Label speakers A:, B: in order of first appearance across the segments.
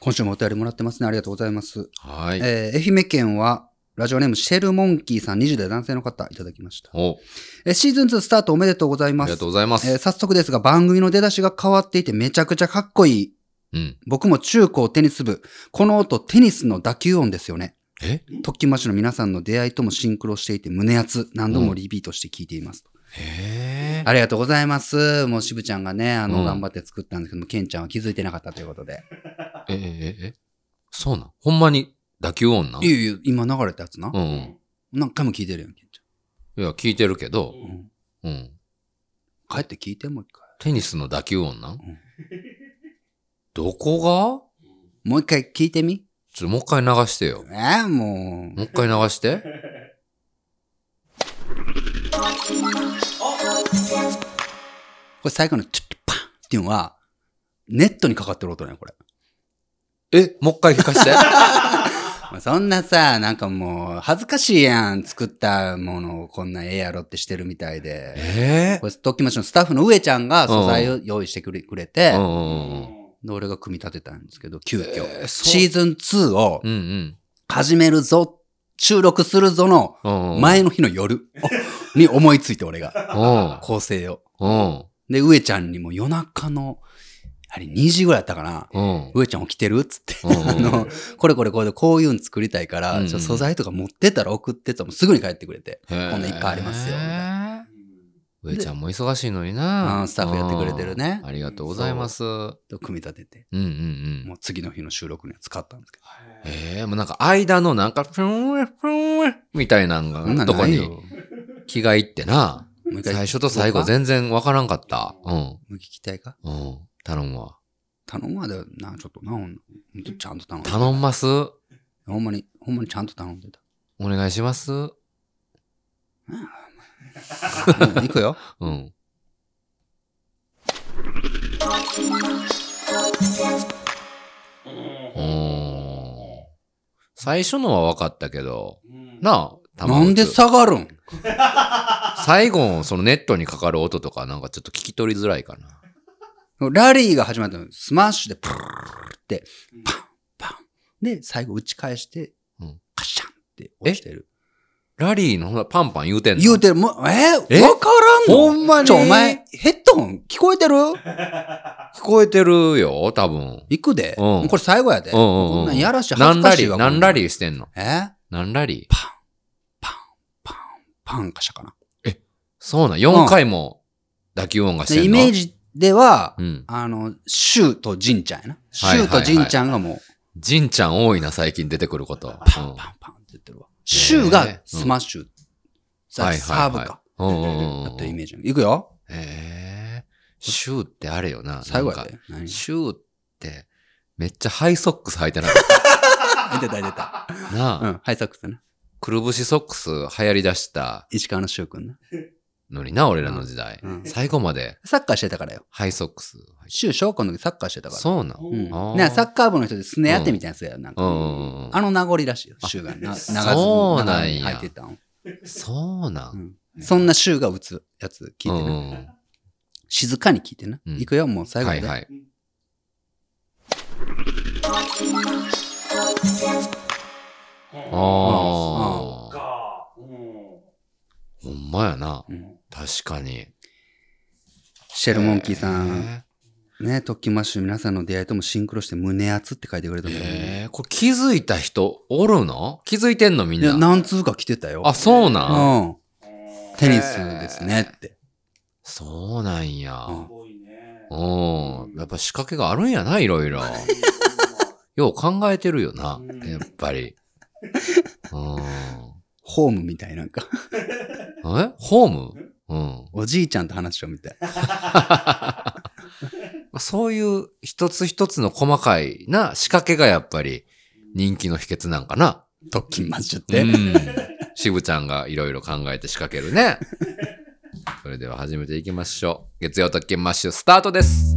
A: 今週もお便りもらってますね。ありがとうございます。
B: はい。
A: えー愛媛県は、ラジオネームシェルモンキーさん20代男性の方いただきました。
B: お、
A: えーシーズン2スタートおめでとうござい
B: あ
A: ま
B: り
A: す。
B: がとうございます。
A: えー早速ですが、番組の出だしが変わっていてめちゃくちゃかっこいい。
B: うん。
A: 僕も中高テニス部。この音、テニスの打球音ですよね。
B: え
A: 特訓マッシュの皆さんの出会いともシンクロしていて胸熱。何度もリピートして聞いています。
B: へえ。
A: ありがとうございます。もう渋ちゃんがね、あの、
B: うん
A: 頑張って作ったんですけども、ケンちゃんは気づいてなかったということで。
B: え、え、え、え、そうなんほんまに打球音なん
A: いやいや、今流れたやつな。
B: うんうん。
A: 何回も聞いてるやん、ケンち
B: いや、聞いてるけど
A: ゃ、ん。うん、
B: うん。
A: 帰って聞いて、もう一回。
B: テニスの打球音なん
A: ん
B: どこが
A: もう一回聞いてみ。
B: ちょ、もう一回流してよ。
A: えー、もう。
B: もう一回流して。
A: これ最後のチュッチュッパンっていうのは、ネットにかかってる音なんや、これ。
B: え、もう一回聞 かして。
A: まあそんなさ、なんかもう、恥ずかしいやん。作ったものをこんなええやろってしてるみたいで。
B: え
A: これ、トッキマッシュのスタッフの上ちゃんが素材を用意してくれくれて
B: え。う、んうんうん。
A: で俺が組み立てたんですけど、急遽。
B: えーそう
A: シーズン2を
B: うんうん。
A: 始めるぞ、収録するぞの
B: うんうん。
A: 前の日の夜に思いついて俺が
B: うん。
A: 構成を。
B: うん。
A: で、上ちゃんにも夜中の、あれ2時ぐらいだったかな。
B: うん。
A: 上ちゃん起きてるっつって。
B: うんうん
A: あの、これこれこれでこういうん作りたいから、
B: うん
A: ちょっと素材とか持ってたら送ってと、もうすぐに帰ってくれて。
B: こん
A: んないっぱいありますよみたいな
B: 上ちゃんも忙しいのにな。
A: うんスタッフやってくれてるね
B: うんありがとうございます。うん
A: と組み立てて。
B: うんうん。
A: もう次の日の収録には使ったんですけど。
B: ええもうなんか間のなんか、ふんわふんわみたいな
A: そん
B: ん
A: な
B: が、
A: ん
B: とこ
A: ないよ
B: に気がいってな。
A: もう一回
B: 最初と最後
A: もう
B: 全然わからんかった。うん。
A: 一回聞きたいか
B: うん。頼むわ。
A: 頼むわだよな、ちょっとな、ほんほんとちゃんと頼んで。
B: 頼んます
A: ほんまに、ほんまにちゃんと頼ん でた。
B: お願いします
A: うん行くよ。
B: うん。うん最初のは分かったけど、なあ、
A: なんで
B: さ
A: 下がるん
B: 最後、そのネットにかかる音とか、なんかちょっと聞き取りづらいかな。
A: ラリーが始まったの。スマッシュでプルルルルって、パンパン。で、最後打ち返して
B: うん、
A: カシャンって落ちてる。
B: ラリーのほらパンパン言うてんの
A: 言うてる、もう、え
B: え
A: わからんの
B: ほんまに
A: ちょ、お前、ヘッドホン聞こえてる
B: 聞こえてるよ、多分。
A: 行くで。
B: うん
A: もうこれ最後やで。
B: うんうんうん
A: こんなんやらしい恥
B: 何
A: ず
B: ラ
A: かし
B: リ
A: いわ
B: ー、何ラ
A: ー
B: リーしてんの
A: え
B: 何ラリー
A: パン、パン、パン、パンカシャかな。
B: そうなん、4回も打球音がしてん
A: で
B: の
A: イメー。ジでは
B: う、ん。
A: あの、シューとジンちゃんやな。シ
B: はいはい
A: ュ
B: はい
A: ーとジンちゃんがもう、
B: じんちゃん多いな、最近出てくること。
A: パンパンパンって言ってるわ。シューがスマッシュ。さ
B: はいはいは
A: サー
B: い
A: ブか。
B: うん。うんうんうん
A: だってイメージ。いくよ。
B: へえ。シューってあれよな。
A: 最後
B: な
A: や
B: ん
A: で
B: か。
A: 何
B: シューって、めっちゃハイソックス履いてなかっ
A: 出てた出て た。
B: た。な
A: う
B: あ。
A: ん、ハイサックスね。
B: くるぶしソックス流行り出した
A: 石川のシューくんな。
B: のにな、俺らの時代
A: う。ん
B: 最後まで
A: サッカーしてたからよ。
B: ハイソックス履いて
A: シュー小校の時サッカーしてた
B: た。
A: から。
B: そうな
A: う
B: ん。あ
A: ん。
B: ー
A: ね、サッカー部の人でスネ当てみたいなやつやよ。なん
B: う
A: か。
B: んうんうんうん。
A: あの名残らしいよ、シューが。な長ズボン
B: そうなん
A: 長ズボ
B: や
A: ン履いてたの。
B: そうな。
A: うんんそんなシューが打つやつ聞いて
B: うんう
A: な。
B: んうん
A: 静かに聞いてな。
B: うん
A: いくよ、もう最後
B: は
A: ま
B: い
A: で
B: は。い。ああ。ほんまやな。
A: うん
B: 確かに。
A: シェルモンキーさん、
B: へ
A: ね、トッキンマッシュ皆さんの出会いともシンクロして胸熱って書いてくれた
B: え
A: んだよね。
B: へえこれ気づいた人おるの気づいてんのみん
A: いや、
B: な。
A: 何通か来てたよ。
B: あ、そうなん
A: うん。テニスですねって。
B: そうなんや
A: う。ん
B: うん。やっぱ仕掛けがあるんやな、いろいろ。よう考えてるよな、やっぱり。うん。
A: ホームみたいなんか。
B: えホームうん。
A: おじいちゃんと話しようみたい。
B: そういう一つ一つの細かいな仕掛けがやっぱり人気の秘訣なんかな。
A: トッキンマッシュって。
B: うん。 渋ちゃんがいろいろ考えて仕掛けるね。 それでは始めていきましょう。月曜特権マッシュスタートです。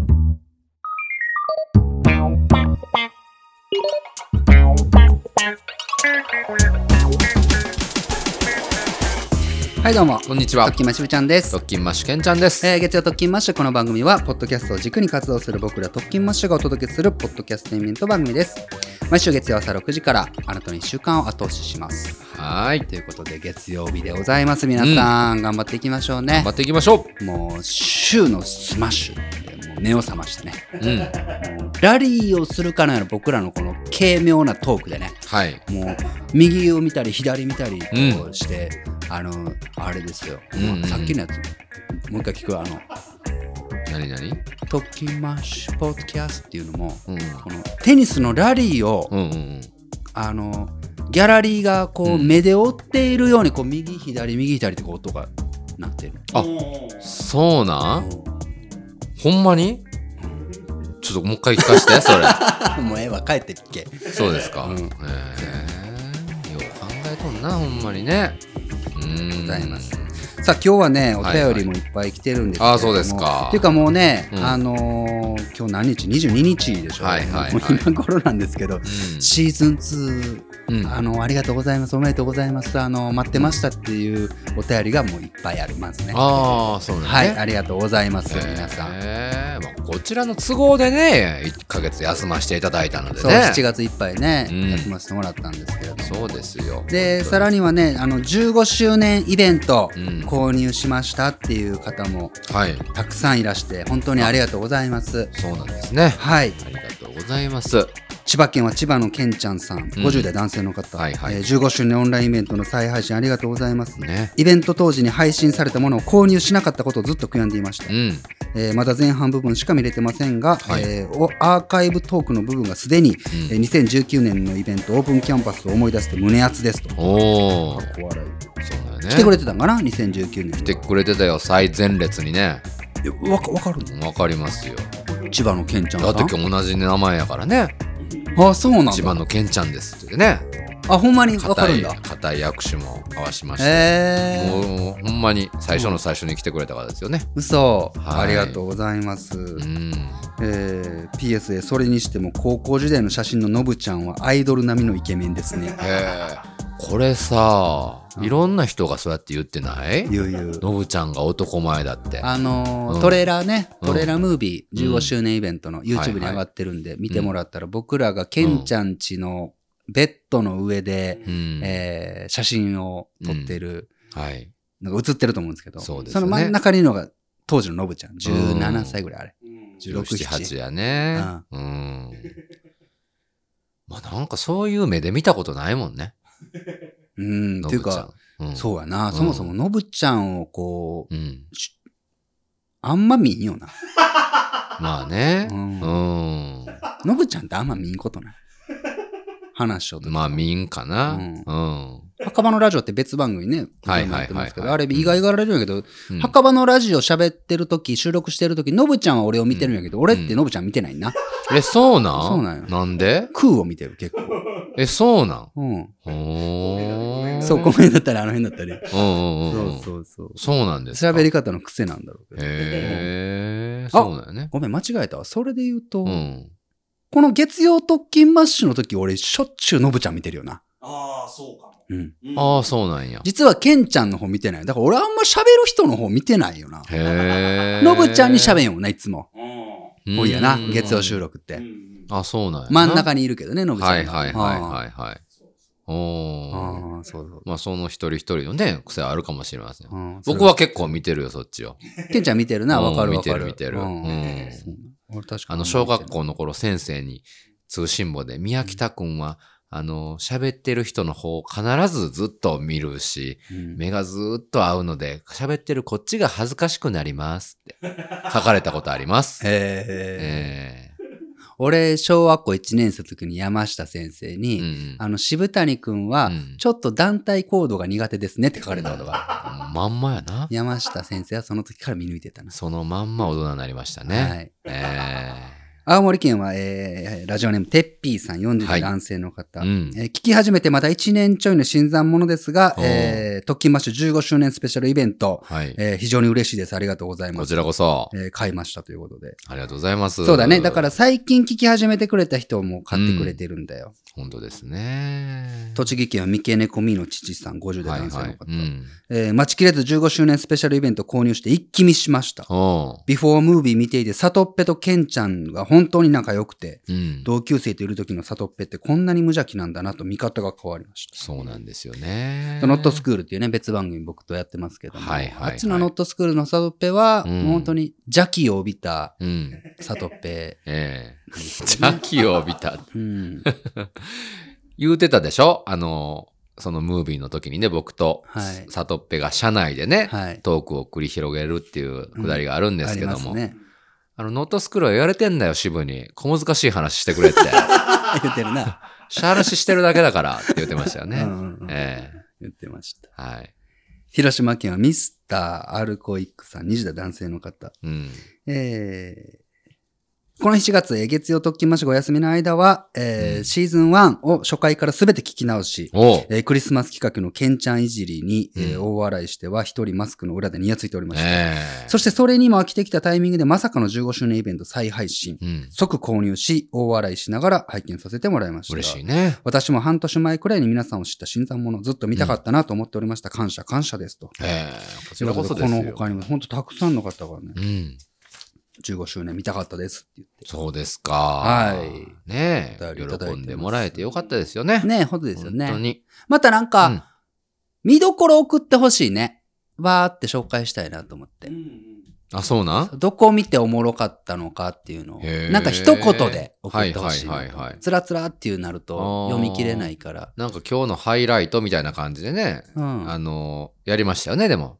A: はい、どうも。
B: こんにちは
A: 特。勤マッシュ部ちゃんです
B: 特。勤マッシュケンちゃんです。
A: えー月曜特勤マッシュこの番組はポッドキャストを軸に活動する僕ら特勤マッシュがお届けするポッドキャストイベント番組です毎週月曜朝6時からあなたの1週間を後押しします
B: はーい。
A: ということで月曜日でございます皆さん、頑張っていきましょうね
B: 頑張っていきましょ
A: もう週のスマッシュでもう目を覚ましてね
B: う。うん。
A: もうラリーをするかのような僕らのこの軽妙なトークでね
B: はい。
A: もう右を見たり左見たり
B: うん
A: こうして、あのあれですよ、
B: うんうんうん
A: さっきのやつもう一回聞くあの
B: なになに
A: トッキンマッシュポッドキャストっていうのも、
B: うん。
A: このテニスのラリーを、
B: うんうん
A: あのギャラリーがこう、
B: うん
A: 目で追っているようにこう右左右左ってこう音がな ってる。
B: うん。そうなんほんまにちょっともう一回聞かして、それ。
A: もうええわ帰ってっけ。
B: そうですか。
A: うん
B: へえ。よう考えとんな、ほんまにね。うー
A: ご
B: ん。
A: ざいますさあ今日はねお
B: はいはい
A: 便りもいっぱい来てるんですけれども、
B: あーそうですか
A: っていうかもうね、
B: うん
A: あのー今日何日 ?22 日でしょ。
B: はいはいはい
A: もう今頃なんですけど。シーズン2、
B: うん。うん。
A: あの、ありがとうございます、おめでとうございます、あの、待ってましたっていうお便りがもういっぱいありますね。
B: ああ、そうなん
A: はい、
B: ね。
A: ありがとうございます、
B: えー
A: 皆さん。
B: まあ、こちらの都合でね、1ヶ月休ませていただいたのでね。
A: そう、7月いっぱいね、
B: うん
A: 休ませてもらったんですけれども。
B: そうですよ。
A: で、さ
B: ら
A: らにはね、あの、15周年イベント
B: うん
A: 購入しましたっていう方も
B: はい。
A: たくさんいらして、本当にありがとうございます。
B: そうなんですね。
A: はい。
B: ありがとうございます。
A: 千葉県は千葉のけんちゃんさん、50代男性の方、
B: はいはい
A: えー15周年オンラインイベントの再配信ありがとうございます。
B: ね。
A: イベント当時に配信されたものを購入しなかったことをずっと悔やんでいました
B: う。ん。
A: えーまだ前半部分しか見れてませんが、
B: はい
A: えーおアーカイブトークの部分がすでに、えー2019年のイベントオープンキャンパスを思い出して胸熱ですと。
B: おお。
A: お笑い
B: そうだよね。
A: 来てくれてたんかな2019年
B: 来てくれてたよ。最前列にね。
A: えわかわかる
B: わかりますよ。
A: の千葉のけんちゃん
B: だ
A: さん
B: って今日同じ名前やからね。
A: あそうなんだ
B: 一番のケンちゃんですってね。
A: あほんまにわか
B: 硬
A: るん
B: い、
A: だ
B: 硬い握手も交わしました。
A: えー、
B: もう、ほんまに最初の最初に来てくれたからですよね。
A: 嘘、
B: はい
A: ありがとうございます、
B: うん。
A: えー、PSA それにしても高校時代の写真ののぶちゃんはアイドル並みのイケメンですね
B: へえ。これさ、いろんな人がそうやって言ってない
A: ゆうゆう
B: のぶちゃんが男前だって。
A: あのー
B: うん
A: トレーラーね、
B: うん
A: トレーラームービー
B: うん
A: 15周年イベントの YouTube に上がってるんで、見てもらったら、僕らがケンちゃんちのベッドの上で、
B: うん。
A: えー写真を撮ってる、
B: はい。
A: のが映ってると思うんですけど、
B: そうですね
A: の真ん中にいるのが当時のノブちゃん、17歳ぐらいあれ。16
B: 16、8やね。うん。まあなんかそういう目で見たことないもんね。
A: うん、っていうか、
B: のぶちゃん、うん。
A: そうやな、
B: ん
A: そもそもノブちゃんをこう、
B: うん。
A: あんま見んよな。
B: まあね
A: う。
B: うんん。
A: ノブちゃんってあんま見んこと ない。話をと
B: まあ見んかな。
A: う
B: うんん。
A: 墓場のラジオって別番組ね、
B: はいはいはいはい
A: やってますけど、あれ意外がられるんやけど、
B: うん
A: 墓場のラジオ喋ってる時、収録してる時、ノブちゃんは俺を見てるんやけど、俺ってノブちゃん見てない な。
B: え、そうなん
A: そうなんよ
B: なんで
A: 空を見てる、結構。
B: え、そうなん
A: うん。
B: ほー。
A: そう、この辺だったり、あの辺だったり。
B: うんうんうん。
A: そう
B: そう
A: そうそう。
B: なんですか。
A: 喋り方の癖なんだろうけど。
B: へー。そうだよね。
A: ごめん、間違えたわ。それで言うと、
B: うん。
A: この月曜特勤マッシュの時、俺、しょっちゅうノブちゃん見てるよな。
C: ああ、そうかも。
A: うん。
C: うん
B: ああ、そうなんや。
A: 実は、ケンちゃんの方見てない。だから、俺あんま喋る人の方見てないよな。
B: へー。
A: ノブちゃんに喋んよな、いつも。
C: うん
A: 多いやな、
B: うん
A: 月曜収録って
C: う。ん
B: あ、そうなんやな。
A: 真ん中にいるけどね、ノブちゃん
B: はいはいはいはいはい。お
A: い
B: お。
A: ああ、そうそう。
B: まあその一人一人のね、癖あるかもしれません。
A: うん
B: 僕は、結構見てるよ、そっちを。
A: それケンちゃん見てるな、
B: うん
A: わかるわ
B: 見て
A: か
B: る
A: る。
B: 見てる。
A: う
B: うんん。
A: そう俺確か
B: あ
A: に
B: の、小学校の頃、先生に通信簿で、宮北くんは、あの、喋ってる人の方を必ずずっと見るし、
A: うん
B: 目がずーっと合うので、喋ってるこっちが恥ずかしくなりますって書かれたことあります。
A: えー
B: え
A: 俺、小学校1年生の時に山下先生
B: えう
A: に、
B: ん
A: あの、渋谷くん
B: う
A: は、
B: ん
A: ちょっと団体行動が苦手ですねって書かれたことがある。
B: まんまやな。
A: 山下先生はその時から見抜いてたな。
B: そのまんま大人になりましたね。
A: はい。
B: ええ
A: 青森県は、えーラジオネーム、てっッピーさん、40
B: は
A: 代
B: い
A: 男性の 方。
B: うん
A: えー聞き始めてまだ1年ちょいの新参者ですが、
B: おー
A: えー、特勤マッシュ15周年スペシャルイベント、
B: はい。
A: えー非常に嬉しいです。ありがとうございま
B: こ
A: す。
B: ちらこそ、
A: えー買いましたということで。
B: ありがとうございます。
A: そうだね。だから、最近聞き始めてくれた人も買ってくれてるんだよ。
B: 本当ですね。
A: 栃木県は三毛猫みーの父さん、50
B: は
A: 代
B: い
A: 男性
B: は
A: の
B: い
A: 方。。
B: うん。
A: えー待ちきれず15周年スペシャルイベント購入して一気見しました。
B: お
A: ビフォームービー見ていて、サトッペとケンちゃんが本当に仲良くて、
B: ううん。
A: 同級生といる時のサトッペってこんなに無邪気なんだなと見方が変わりました。
B: そうなんですよね。
A: ノットスクールっていうね、別番組僕とやってますけども、
B: はいはいはい
A: あっちのノットスクールのサトッペは、
B: うん
A: もう本当に邪気を帯びた
B: うん。
A: サトッペ。
B: ええ邪気を帯びた。
A: うん。
B: 言うてたでしょあの、そのムービーの時にね、僕と、
A: はい
B: サトッペが車内でね、
A: はい。
B: トークを繰り広げるっていうくだりがあるんで
A: あ
B: す
A: り
B: け
A: ま
B: ど
A: す
B: も、
A: ね。
B: あの、ノットスクールは言われてんだよ、渋に。小難しい話してく れって。
A: 言ってるな。
B: シャーラシしてるだけだからって言ってましたよ
A: うん
B: ね。
A: うんうん
B: え
A: 言ってました。
B: えはい。
A: 広島県はミスターアルコイックさん、20代男性の方。
B: うん。
A: えーこの7月、えー月曜特勤マッシュがお休みの間は、えー
B: うん
A: シーズン1を初回から全て聞き直し、
B: おう
A: えークリスマス企画のケンちゃんいじりに、えー
B: う
A: 大笑いしては一人マスクの裏でニヤついておりました。
B: ええ
A: そしてそれにも飽きてきたタイミングでまさかの15周年イベント再配信。
B: うん。
A: 即購入し、大笑いしながら拝見させてもらいました。
B: 嬉しいね。
A: 私も半年前くらいに皆さんを知った新参者ずっと見たかったなと思っておりました。感謝感謝ですと。
B: ええこちらこそです
A: こ
B: よ。
A: の他にも本当たくさんの方がね、
B: うん。
A: 15周年見たかったですって言って。
B: そうですか。
A: はい
B: ね
A: お
B: え
A: 便りいただいてます
B: 喜んでもらえてよかったですよね。
A: ね本当ですよ
B: 本当
A: ね。
B: に。
A: またなんか、
B: うん
A: 見どころ送ってほしいね。わーって紹介したいなと思って。
B: あ、そうなん
A: どこを見ておもろかったのかっていうのを、
B: へー
A: なんか一言で送ってほしいなと
B: はいはいはいはい
A: つらつらっていうなる
B: あ
A: と
B: ー
A: 読み切れないから。
B: なんか今日のハイライトみたいな感じでね、
A: うん。
B: あのやりましたよね、でも。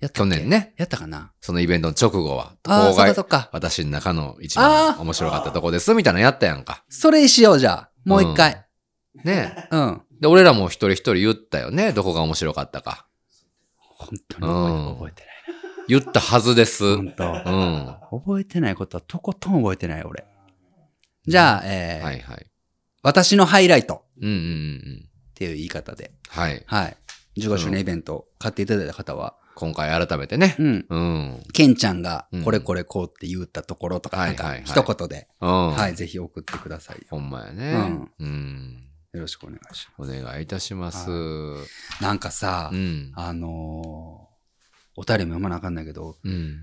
A: やった
B: 去
A: っけ
B: 年。ね、
A: やったかな
B: そのイベントの直後は。
A: ああ、そ
B: ここ
A: っ
B: が
A: かそっか。
B: 私の中の一
A: あ
B: 番
A: ー
B: 面白かったとこです、みたいなのやったや んか。
A: それしようじゃあ。もう一回。
B: ねえ
A: うん。
B: で、俺らも一人一人言ったよね、どこが面白かったか。
A: 本当に覚えて
B: 言ったはずです。
A: ない。
B: うん。
A: 本当。
B: は
A: 覚えてないことはとことん覚えてない、俺。じゃあ、え
B: い
A: ー
B: はい。
A: 私のハイライト
B: うんうんうんうん。
A: っていう言い方で、
B: はい。
A: はい。15周年イベントを買っていただいた方は、
B: 今回改めてね。
A: うん。
B: うん。
A: ケンちゃんがこれこれこうって言ったところとか、
B: う
A: な
B: ん
A: ん
B: は
A: か
B: いはいは
A: 一
B: い
A: 言で、
B: うん。
A: はい、ぜひ送ってくださいよ。
B: ほんまやね。うん。
A: よろしくお願いし
B: お願いいたします。
A: ます。なんかさ
B: う、ん。
A: あのーお便りも読まなあかんないけど、
B: うん。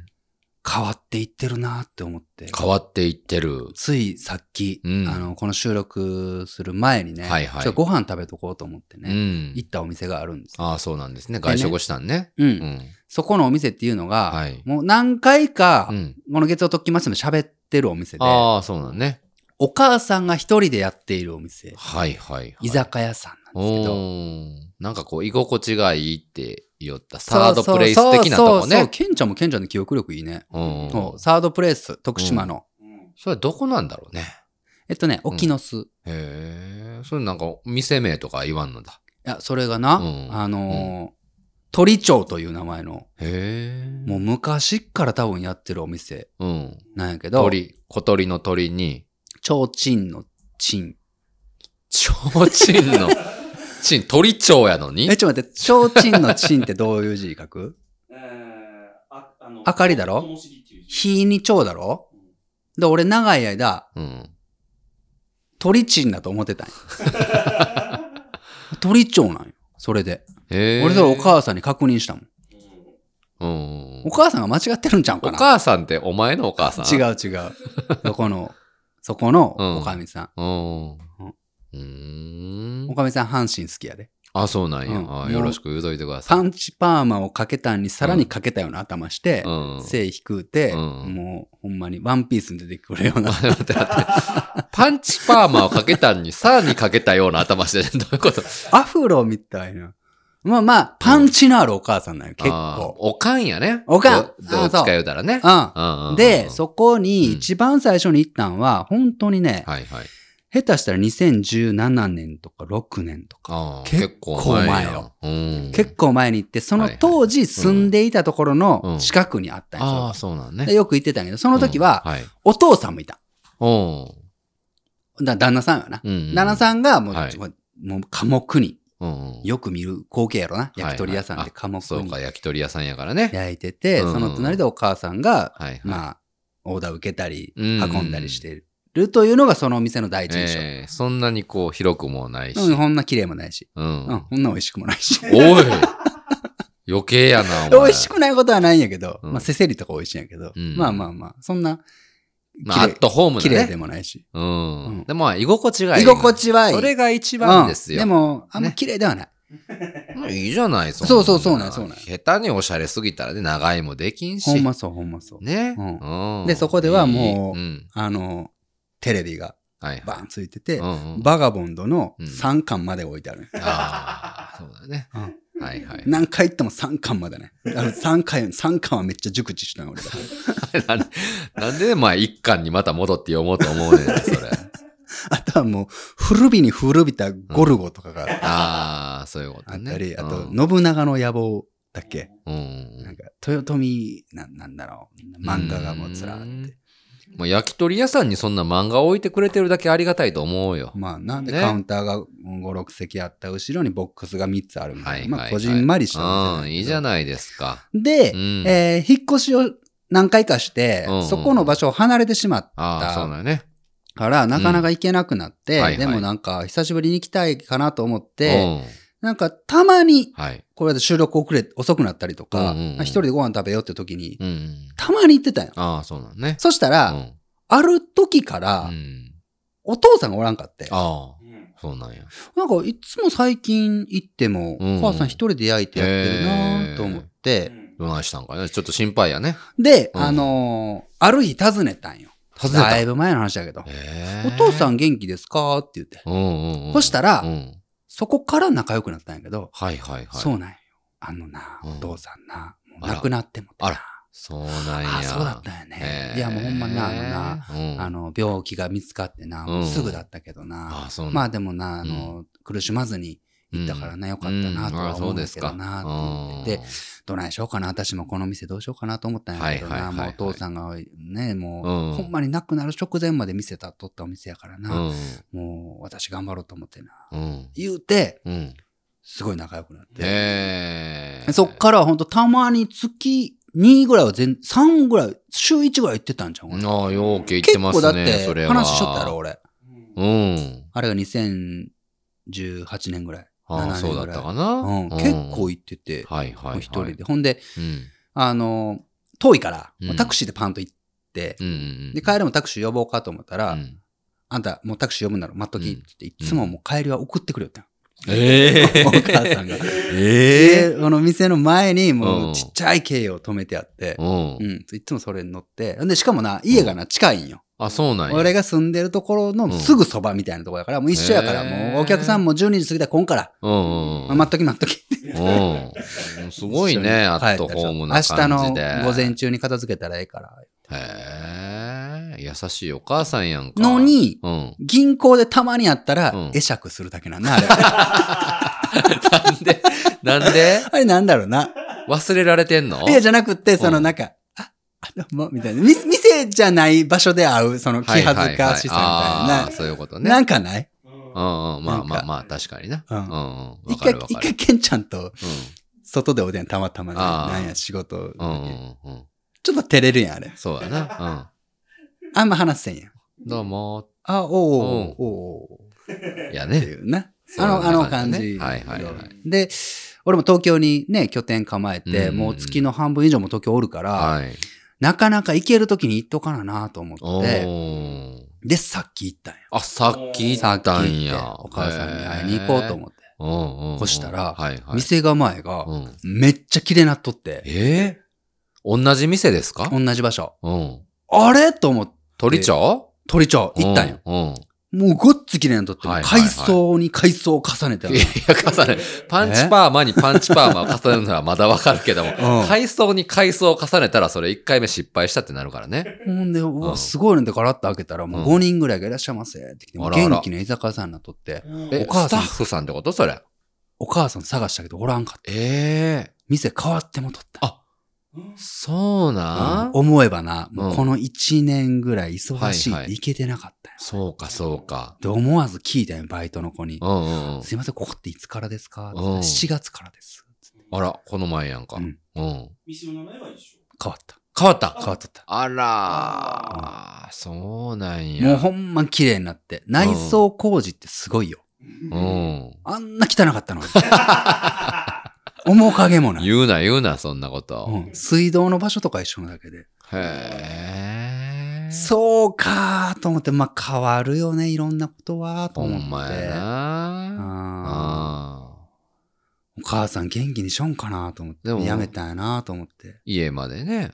A: 変わっていってるなって思って、
B: 変わっていってる。
A: ついさっき、
B: うん
A: あの、この収録する前にね、
B: はいはい
A: ちょっとご飯食べとこうと思って
B: う
A: ね、
B: ん。
A: 行ったお店があるんですよ。
B: ああ、そうなんですね。外食したんね。
A: う。
B: うんん。
A: そこのお店っていうのが、
B: はい
A: もう何回か
B: う、ん。
A: この月曜特勤マッシュでも喋ってるお店で、
B: ああ、そうなんね。
A: お母さんが一人でやっているお店、
B: はいはいはい。
A: 居酒屋さんなんですけ
B: お
A: ど、
B: ーなんかこう、居心地がいいって言った、
A: そう
B: サードプレイス的なとこ
A: そうそうそう
B: ね。
A: ケンちゃんもケンちゃんの記憶力いいね。
B: うん
A: そうサードプレイス、徳島の。
B: それはどこなんだろうね。
A: えっとね、沖の巣。い
B: へえ。それなんか、店名とか言わんのだ。
A: や、それがな、
B: うん
A: あのー鳥町という名前の、
B: へえ。
A: もう昔っから多分やってるお店
B: うん。
A: なんやけど、
B: 鳥、小鳥の鳥に、
A: 提灯の陳。
B: ちょうちんの、ちん、鳥蝶やのに
A: え、ちょっと待って、提灯の陳ってどういう字書 く
C: えーああの
A: 明かりだろ
C: 灯火っていう字
A: 火に蝶だろで、俺長い間、
B: うん。
A: 鳥チンだと思ってたんよ。 鳥チョウなんよ。それで。
B: へえ。
A: 俺それお母さんに確認したもん。
B: うん
A: お母さんが間違ってるんちゃう
B: お
A: かな
B: 母さんってお前のお母さん
A: 違う違う。そこの、そこの
B: うん
A: おかみさ
B: うん。うー
A: ん。
B: ん
A: お。かみさん阪神好きやで。
B: あ、そうなんや。
A: うん
B: あよろしく言うといてください。
A: パンチパーマをかけたんにさらにかけたような頭して、
B: うん。
A: 背低うて、
B: うん
A: もうほんまにワンピースに出てくるような。
B: 待って待ってパンチパーマをかけたんに、さらにかけたような頭してる、どう いうこと
A: アフロみたいな。まあまあ、パンチのあるお母さんなんよ、結
B: あー
A: 構。
B: おかんやね。
A: おかん
B: どどっちか言うたらね。
A: うん。
B: うんうんう
A: で、
B: ん
A: そこに一番最初に行ったんは、本当にね、
B: はいはい。
A: 下手したら2017年とか6年とか、
B: あー
A: 結構前
B: や
A: よ
B: うん。
A: 結構前に行って、その
B: はいはい
A: 当時住んでいたところ
B: う
A: の
B: ん
A: 近くにあったん
B: ああ、
A: よ
B: そうなん
A: で
B: ね。
A: よく行ってたんやけど、その時
B: う
A: は
B: んはい。
A: お父さんもいた。
B: お
A: だ旦那さんよな。
B: うんうん。
A: 旦那さんがもう、
B: はい
A: もう寡黙に、
B: うんうん
A: よく見る光景やろな。焼き鳥屋さん
B: はい
A: で
B: はい
A: 寡黙
B: そう
A: に
B: か、焼き鳥屋さんやからね。
A: 焼いてて、
B: うん
A: その隣でお母さんが、
B: はいはい。
A: まあ、オーダー受けたり、
B: うん
A: 運んだりしてるというのがそのお店の第一印象。
B: えーそんなにこう、広くもないし。
A: うん、こんな綺麗もないし、
B: う
A: うん、
B: ん。
A: こんな美味しくもないし。
B: おい余計や な、
A: 美
B: お前。
A: 味しくないことはないんやけど、
B: うん
A: まあ、せせりとか美味しいんやけど、
B: うん
A: まあまあまあ、そんな、
B: まあ、アットホーム
A: 綺
B: だ
A: 麗で
B: ね。
A: もないし。
B: う
A: うん
B: ん。で、まあ、居心地がいい。
A: 居心地はいい。
B: それが一
A: うん
B: 番ですよ。
A: でも、あんま
B: ね
A: 綺麗ではない。
B: まあいいじゃない、そん
A: そうそうそうなんそうなん
B: 下手におしゃれすぎたらね、長いもできんし。
A: ほんまそう、ほんまそう。
B: ね。
A: うん
B: うん
A: でそこではもう
B: いいん
A: あの、テレビが
B: はいはい。
A: バーンついてて、
B: うんうん
A: バガボンドの
B: うん
A: 3巻まで置いてある。
B: ああ、そうだね。はいはい。
A: 何回行っても3巻までね。あの3回、三巻はめっちゃ熟知したの俺が。
B: なんなんで、まあ、一巻にまた戻って読もうと思うねん、 それ。
A: あとはもう、古びに古びたゴルゴとかが
B: ああ、そういうこ
A: あ
B: と
A: っ
B: ね。
A: たり、あと、
B: うん
A: 信長の野望だっけ
B: うんう
A: なんんか、豊臣なん、なんだろう。漫画がもうつらーって。
B: もう焼き鳥屋さんにそんな漫画置いてくれてるだけありがたいと思うよ。
A: まあ、なんで
B: ね
A: カウンターが5、6席あった後ろにボックスが3つあるみた
B: はい
A: い
B: は
A: な。
B: い、
A: まあ、こじんまりしたお店なんだけ
B: うん、
A: ど
B: いいじゃないですか。
A: で、
B: うん
A: えー引っ越しを何回かして、
B: うんうん
A: そこの場所を離れてしまっ
B: ああ、そうだよね。
A: たから、なかなか行けなくなって、
B: うんはいはい
A: でもなんか、久しぶりに行きたいかなと思っ
B: う
A: て、
B: ん
A: なんか、たまに、
B: はい。
A: これで収録遅れ、遅くなったりとか、
B: うんうんうん
A: まあ一人でご飯食べようって時に、
B: うんうん。
A: たまに行ってたよ。
B: ああ、そうだね。
A: そした
B: う
A: ら、
B: ん
A: ある時か
B: う
A: ら、
B: ん。
A: お父さんがおらんかって、
B: ああ、
C: うん
B: そうなんや。
A: なんか、いつも最近行っても、
B: うん
A: お母さん一人で焼いてやってるなと思って、
B: どないしたんかね。ちょっと心配やね。
A: で、
B: うん
A: あのーある日訪ねたんよ。
B: 訪ねた
A: だいぶ前の話だけど。
B: ええ
A: お父さ
B: ん、
A: ん元気ですかって言って。
B: うんうんうん。
A: そしたら
B: うん
A: そこから仲良くなったんやけど、
B: はいはいはい。
A: そうなんよ。あのな、
B: うん
A: お父さんな、もう
B: あら
A: 亡くなっても
B: あ
A: たな
B: ら。そうなんや。
A: あ、そうだったよね
B: へ。え
A: いや、もうほんまな、あのな、
B: うん
A: あの、病気が見つかってな、
B: うん
A: すぐだったけどな。
B: あそうなん
A: まあでもな、あの、苦しまずに行ったからな、よかったな、とは思うんですけどな、と思って。で、どないしようかな、私もこの店どうしようかなと思ったんやけど
B: はい
A: な、
B: はいはい
A: も
B: は
A: う
B: い
A: お父さんがね、も
B: うん
A: う、ほんまに亡くなる直前まで店立っとったお店やから
B: う
A: な、
B: ん
A: もう私頑張ろうと思ってな。
B: うんうん
A: 言うて、
B: うん。
A: すごい仲良くなって。
B: へえ。
A: そっからはほんとたまに月2ぐらいは全、3ぐらい、週1ぐらい行ってたんじゃん、俺
B: ああ、ようけ言って
A: 結
B: ま
A: 構
B: す
A: だっ
B: ね、
A: て
B: それは。
A: 話しちゃったやろ、。俺。
B: うん。
A: あれが2018年ぐらい。
B: あ
A: 7
B: あ、
A: 年
B: そう
A: ぐらい
B: だったかな。
A: うん、結構行ってて、
B: はいはい
A: も
B: は
A: う
B: い。
A: 一人で。。ほんで、
B: うん。
A: あの、遠いから、
B: うん
A: タクシーでパンと行って、
B: うんうんうん。
A: で、帰りもタクシー呼ぼうかと思ったら、
B: うん
A: あんたもうタクシー呼ぶなら待っときって言って、
B: うん
A: いつももう帰りは送ってくれよって。
B: え え。
A: お母さんが。
B: ええ。
A: で、この店の前にも
B: う
A: うんちっちゃい軽を止めてあって
B: う、ん
A: う。ん、いつもそれに乗って、で、しかもな、家がな、近いんよ。
B: あ、そうなんや。
A: 俺が住んでるところのすぐそばみたいなところだから、もう一緒やから、
B: へー
A: もうお客さんも12時過ぎたら来んから、
B: うんうんう
A: まあ
B: ん。
A: 待っとき待っときって。
B: うん。すごいね、アットホームな
A: な
B: 感じで。
A: 明日の午前中に片付けたらええから。
B: へえ。優しいお母さんやんか。
A: の。に、
B: うん。
A: 銀行でたまにやったら
B: うん、
A: 会釈するだけなんだ、あれ。あ
B: なんで、なんで
A: れなんだろうな。
B: 忘れられてんの
A: いや、じゃなくて、そうの
B: ん
A: なんか、あ、あどうも、みたいな。み店じゃない場所で会う、その気恥ずかしさみたい
B: あ
A: な
B: あー、
A: な。
B: そういうことね。
A: なんかない
B: うんうん、ま
A: な
B: あ
A: んか
B: まあまあ、確かにな。
A: う
B: うんんうん。わ
A: 一
B: か
A: 回
B: るわ、
A: 一
B: かる。
A: 回ケンちゃんと
B: う
A: 外でおでんたまたまね
B: あー
A: なんや、仕事。
B: んうんうんうん。
A: ちょっと照れるやん、あれ。
B: そうやな。
A: あんま話せんやん。
B: うん。どうも
A: あ、おうおう
B: うん
A: おうおう
B: ー。や
A: って
B: ね。
A: いうな。
B: そう
A: あの、あの感
B: ね
A: じ。
B: はいはいはい。
A: で、俺も東京にね、拠点構えて、
B: うん
A: もう月の半分以上も東京おるから、
B: はい。
A: なかなか行けるときに行っとかななと思
B: お
A: って、
B: ー。
A: で、さっき行ったんや。
B: あ、さっき行
A: さ
B: っ
A: っき
B: たん
A: 行
B: や。
A: って、お母さんに会いに行こうと思って。
B: 思うんうんうん。
A: そしたら
B: はいはい。
A: 店構えが、
B: うん。
A: めっちゃ綺麗なっとって、
B: えー同じ店ですか
A: 同じ場所。
B: うん。
A: あれと思って、
B: 鳥町
A: 鳥町行ったんよ。
B: うん。うん
A: もうごっつ綺麗なっとって、
B: はいはいはい
A: 階層に階層を重ねてある
B: いや、重ね、 パンチパーマにパンチパーマを重ねるのはまだわかるけども、
A: うん
B: 階層に階層を重ねたらそれ1回目失敗したってなるからね。
A: ほんで、う
B: う
A: わ、
B: ん
A: すごいねでガラッと開けたら、もう
B: う
A: 5人ぐらいがいらっしゃいませって来て、
B: あらあら
A: 元気な居酒屋さんになっとって、
B: え、
A: お母さん
B: スタッフさんってことそれ。
A: お母さん探したけどおらんかった。
B: ええ
A: 店変わってもとった。
B: あそうなん、
A: 思えばな、
B: ん
A: もうこの1年ぐらい忙しい
B: は
A: っ
B: いは
A: て
B: い
A: 行けてなかったよ。
B: そうか、そうか。
A: で、思わず聞いたよ、バイトの子に
B: う。んうんうん。
A: すいません、ここっていつからですかって
B: うん
A: ?7 月からです。
B: あら、この前やんか。
A: う
B: うんん。
C: 店の名前は一緒。
A: 変わった。
B: 変わった
A: 変わっとった。
B: あらー、そうなんや。
A: もうほんま綺麗になって。内装工事ってすごいよ。
B: うん。
A: あんな汚かったのに。面影もない。
B: 言うな、言うな、そんなこ
A: う
B: と。
A: ん水道の場所とか一緒なだけで。
B: へえ。
A: そうかーと思って、まあ変わるよね、いろんなことは、と
B: ほ
A: 思って。
B: んまやな。
A: あー
B: あー
A: お母さん元気にしょんかなと思って。
B: でも
A: やめたんやなと思って。
B: 家までね、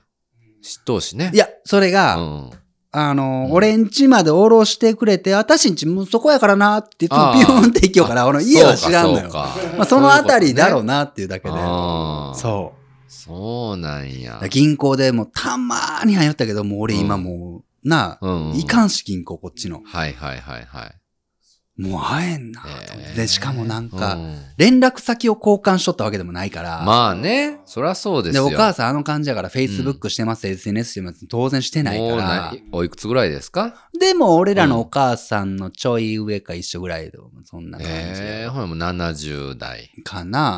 B: 執刀しね。
A: いや、それが、
B: うん。
A: あの、
B: うん
A: 俺ん家まで降ろしてくれて、あたしんちもうそこやからなっていつも
B: あー
A: ピューンって行きようから、俺の家は知らんのよ。
B: そうかそうか
A: まあ、そのあたりだろうなっていうだけで。
B: あー
A: そう。
B: そうなんや
A: だから。銀行でもうたまーによったけど、もう俺今もう、なあ、
B: うんうん
A: いかんし銀行こっちの。
B: はいはいはいはい。
A: もう会えんなと思って、
B: えー
A: で、しかもなんか、
B: うん
A: 連絡先を交換しとったわけでもないから。
B: まあね、そりゃそうです
A: で、
B: よ。
A: お母さんあの感じやから、Facebook してます、SNS してます、当然してない
B: も
A: か
B: う
A: ら
B: な。おいくつぐらいですか
A: でも、俺らのお母さんのちょい上か一緒ぐらいで、そんな感じ
B: ええほらもう70代。
A: か
B: う
A: な。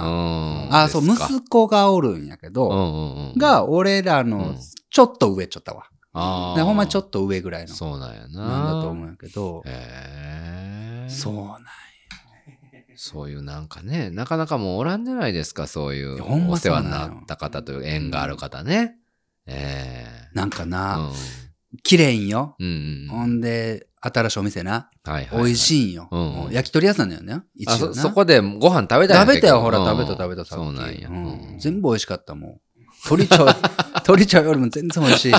B: ん。
A: あ、そう、
B: ですか
A: 息子がおるんやけ
B: うん
A: ど、
B: うんうん。
A: が、俺ら
B: う
A: の
B: ん
A: ちょっと上ちょったわ。
B: あ
A: でほんまちょ
B: と。
A: っと上ぐらいの、
B: そうなん
A: な
B: やな。
A: んだと思うんやけど、
B: へえ
A: そうなん
B: そういうなんかね、なかなかもうおらんじゃないですか、そういう。
A: ほんま
B: お
A: そ
B: 世
A: うな
B: 話
A: の
B: になった方という縁がある方ね。ええ
A: なんか
B: う
A: な、
B: ん
A: 綺麗んよ。
B: うんうん。
A: ほんで、新しいお店な、
B: はいはい。
A: 美味
B: い。
A: しいんよ。
B: うん
A: もう焼き鳥屋さんだよね、一
B: あ、
A: 応
B: そ、
A: な。
B: そこでご飯食べたやん
A: 食べたよ、
B: 結
A: ほら、
B: 構
A: 食べた
B: うん
A: 食べた、さっき。
B: そうなんや。
A: うん全部美味しかったもん。鳥 茶、鳥茶よりも全然美味しい。い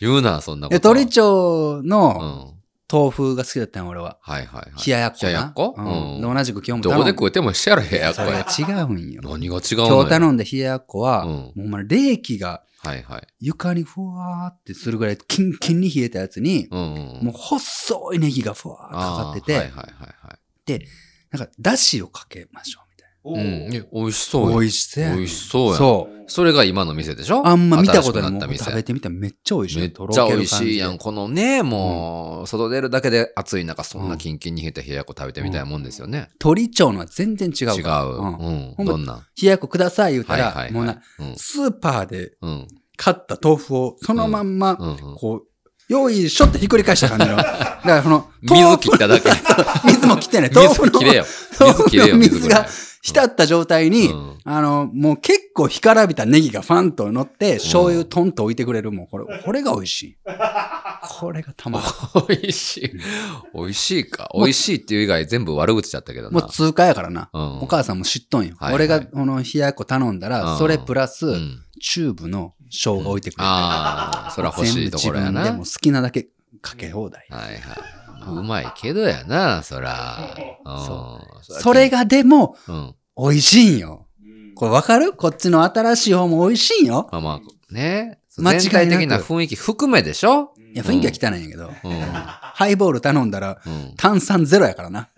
B: 言うな、そんなこと。
A: や鳥茶の
B: うん。
A: 豆腐が好きだったんよ俺は。
B: はいはいはい。
A: 冷ややっこな。
B: 冷ややっこ
A: うん。
B: うん
A: で同じく今日も
B: どこで
A: 頼ん
B: 食うても一緒やろ、冷ややっこ
A: それ
B: や。
A: が違うんよ。
B: 何が違うの
A: 今日
B: よ
A: 頼んで冷ややっこは、
B: うん
A: もうお前冷気が
B: はいはい。
A: 床にふわーってするぐらいキンキンに冷えたやつに、
B: うんうんうん。
A: もう細いネギがふわーってかかってて、
B: あーはいはいは
A: なんかだしをかけましょうみた
B: いはい。うん。え美味しそう
A: いな。
B: や。
A: 美味しそうやん
B: 美味しそうやん。
A: そう。
B: それが今の店でしょ
A: あんま見たことない。も
B: 新しくなった
A: う
B: 店
A: 食べてみたらめっちゃ美味しい。
B: めっ
A: と
B: ちゃ
A: ろけ
B: 美
A: る
B: 味しいや
A: 感
B: ん。
A: じ
B: このね、もう、外出るだけで暑い中、そんなキンキンに冷えた冷ややっこ食べてみたいもんですよね。
A: で。鳥町のは全然違う
B: 違う。
A: から。、
B: うん
A: 冷
B: ん。
A: ほんま
B: どんな
A: やっこください言うた
B: はい
A: ら、
B: はい
A: もう
B: はい
A: な、。
B: うん
A: スーパーで
B: うん。
A: 買った豆腐をそのまんま、
B: うんうん。
A: こう、よいしょってひっくり返した感じ の。だからその、
B: 水切っただけ。
A: け。水も切ってない。豆腐
B: 水
A: の
B: 切れよ。
A: 豆
B: 水切れ
A: 腐
B: よ、
A: の水
B: ぐらい
A: が浸った状態に、
B: うん
A: あの、もう結構干からびたネギがファンと乗って、醤油トンと置いてくれる。もうこれ、これが美味しい。これがたまらん
B: 美味しい。美味しいか。美味しいっていう以外全部悪口だったけど
A: も
B: な。
A: う通貨やからな。
B: うん
A: お母さんも知っとんよ。
B: はいはい
A: 俺がこの冷ややっこ頼んだら、
B: うん
A: それプラス、
B: うん
A: チューブの生姜置いてくれて、
B: ああ、そら欲しいところや
A: 全部自分
B: な。
A: で
B: は
A: もう好きなだけかけ放題。
B: いはい。うまいけどやな、そら。
A: そ
B: うん
A: それ、がでも
B: うん。
A: 美味しいんよ。これわかるこっちの新しい方も美味しいんよ。
B: まあまあ、ね。
A: 間違いな
B: 全
A: く
B: 体的な雰囲気含めでしょ
A: いや、雰囲気は汚いんやけど、
B: うん。
A: ハイボール頼んだら
B: うん。
A: 炭酸ゼロやからな、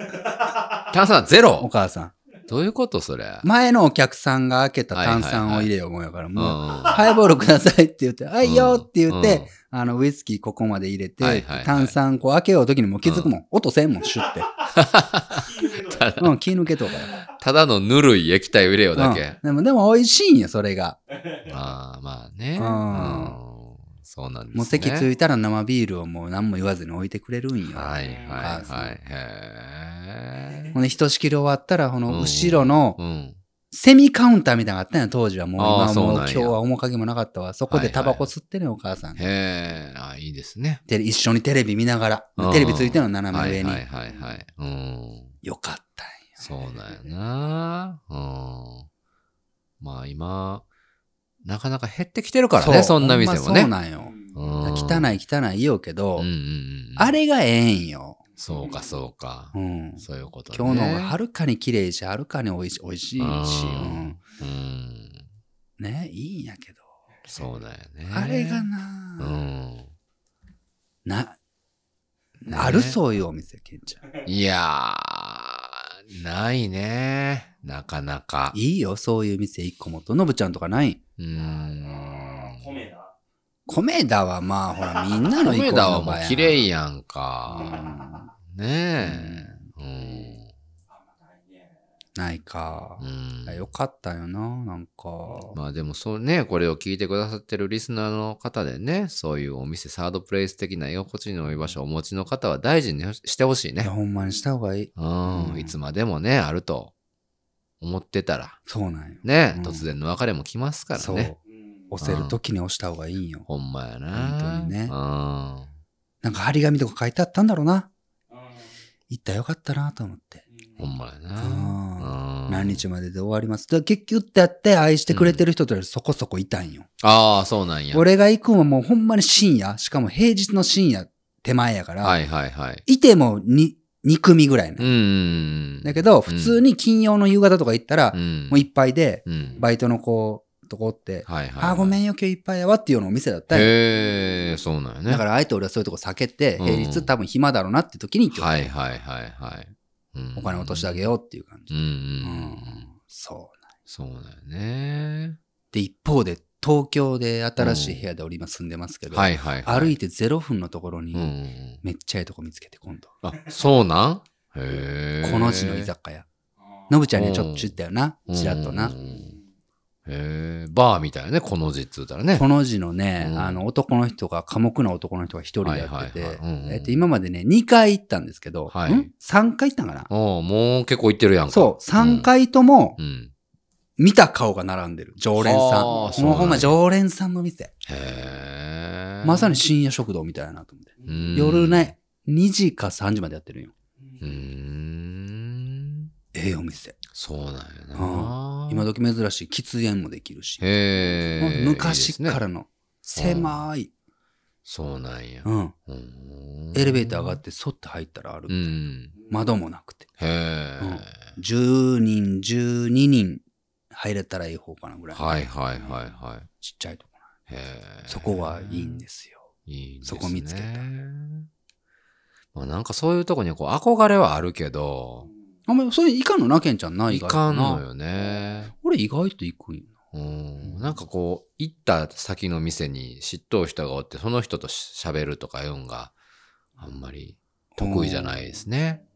B: 炭酸ゼ
A: お
B: ロ
A: 母さん。
B: どういうことそれ。
A: 前のお客さんが開けた炭酸を入れようもんやから、
B: うん。
A: もう、
B: は
A: ハイボールくださいって言って、あいよって言って、
B: うん
A: あの、ウイスキーここまで入れて、
B: はいはいはい
A: 炭酸こう開けようときにもう気づくもん。音せんもん、シュ って。うん、気抜けとうから。
B: ただのぬるい液体を入れようだけ。
A: うん、でも、でも美味しいんよ、それが。
B: まあまあね。
A: うん
B: うんそうなんですね。
A: もう席ついたら生ビールをもう何も言わずに置いてくれるんよ。
B: はいはい
A: 母さ
B: は
A: ん
B: い。へえ。
A: ほんで、ひとしきり終わったら、こ
B: うん
A: の後ろの
B: うん。
A: セミカウンターみたいなのがあったんや、当時は。もう
B: あー
A: 今はもう
B: そうなん
A: 今
B: や
A: 日は面影もなかったわ。そこでタバコ吸ってね、お母さん。
B: へえ、あ、いいですね。
A: で一緒にテレビ見なが
B: う
A: ら、
B: ん
A: テレビついてるの斜
B: は
A: め
B: い
A: 上に
B: は。いはいはい。うん。
A: よかったんよ
B: そうだよな。うん。まあ今、なかなか減ってきてるから
A: う
B: ね、そんな店もね。
A: ほんまそうなんよ。
B: うん
A: 汚い汚い言おうけど、
B: うんうんうん。
A: あれがええんよ。
B: そうかそうか
A: う。ん。
B: そういうことね。
A: 今日の方がはるかに綺麗し、はるかに美味し美味しいし、う
B: うん
A: ん。
B: うん。
A: ね、いいんやけど。
B: そうだよね。
A: あれが
B: う
A: な、
B: ん。
A: な、
B: ね
A: あるそういうお店、けんちゃん。
B: いやー、ないね。なかなか。
A: いいよ、そういう店一個もと。のぶちゃんとかないう
B: ーん。
C: 米だ。
A: 米田はまあ、ほら、みんなの
B: 米
A: 一個
B: 田
A: の
B: は
A: 場
B: もう
A: やん。
B: 綺麗やん
A: う
B: か。
A: ん
B: ねえ。
C: あんまないね。
A: ないか
B: う。ん。うん
A: よかったよな、なんか。
B: まあでもそうね、これを聞いてくださってるリスナーの方でね、そういうお店、サードプレイス的な居心地の居場所をお持ちの方は大事にしてほしい
A: いや、
B: ね。
A: ほんまにした方がいい。
B: う
A: う
B: ん、
A: ん
B: いつまでもね、あると思ってたら、
A: そうなんよ。
B: ね、
A: うん
B: 突然の別れも来ますから
A: そ
B: ね
A: う。。
C: うん。
A: 押せる時に押した方がいいんよ。
B: ほんまやな。
A: 本当にね
B: うん。
A: なんか張り紙とか書いてあったんだろうな。
C: うん
A: 行ったらよかったなと思って。
B: ほんまやな。
A: あ
B: うん
A: 何日までで終わります。だから結局だって愛してくれてる人ってそこそこいたんよ。
B: ああ、そうなんや。
A: 俺が行くんはもうほんまに深夜、しかも平日の深夜手前やから、、
B: はいいはいはい。
A: ても 2, 2組ぐらいね
B: う。ん。
A: だけど、普通に金曜の夕方とか行ったら、
B: うん、
A: もういっぱいで、
B: うん、
A: バイトの子とこおって、
B: はいはいはい。
A: あーご
B: ん。
A: めんよ、今日いっぱいやわっていうのをお店だったよ。
B: へえ、そうなんやね。
A: だから、あえて俺はそういうとこ避けて、
B: うん
A: 平日多分暇だろうなって時に、今日
B: はいはいはいはい。うん
A: お金落としてあげようっていう感じ。
B: うんうん
A: う
B: うん
A: ん。そうなん。
B: そうだよね。
A: で、一方で、東京で新しい部屋で俺今住んでますけど、
B: はいはい、はい。
A: 歩い
B: て。
A: て0分のところに、
B: うんうん
A: めっちゃいいとこ見つけて、今度。
B: うん。あ、そうなんへえ。
A: この字の居酒屋。
C: あー
A: のぶちゃんにはち
B: う
A: ょ
B: ん
A: っと言ったよな。ちらっと
B: う
A: な。
B: んへえ。バーみたいなね、この字っつうたらね。
A: この字のね、
B: うん
A: あの、男の人が、寡黙な男の人が一人でやって
B: はいはい
A: て
B: はいうんうん、
A: えっと、今までね、2回行ったんですけど、
B: はい
A: ん ?3 回行ったんかな
B: おうもう結構行ってるやんか。
A: そう、3回とも
B: うん。うん。
A: 見た顔が並んでる。常連さん。
B: は
A: も
B: あ
A: う
B: そうなんや
A: ほんま常連さんの店。
B: へえ。
A: まさに深夜食堂みたいやなと思って。
B: うん
A: 夜ね、2時か3時までやってるんよ。
B: うーん。
A: ええお店。
B: そうなんやな。
A: 今時珍しい喫煙もできるし。
B: へえ。いいで
A: 昔
B: すね
A: からの狭い、
B: そうなんや。
A: うん、
B: うん
A: エレベーター上がって、そって入ったらある
B: う。ん。
A: 窓もなくて。
B: へえ。
A: 10人、12人入れたらいい方かなぐらい。
B: はいはいはいは。
A: ちっちゃいとこない
B: へえ。
A: そこはいいんですよ。
B: いいです
A: そ
B: ね。
A: こ見つけた
B: まあなんかそういうとこにこう憧れはあるけど、
A: あんまり、それいかんのな、ケンちゃんな、意
B: い
A: 外とな
B: かんのよね。
A: 俺意外と行くんよな。
B: うん、なんかこう、行った先の店に知っとう人がおって、その人とし喋るとかいうんが、あんまり得意じゃないですね。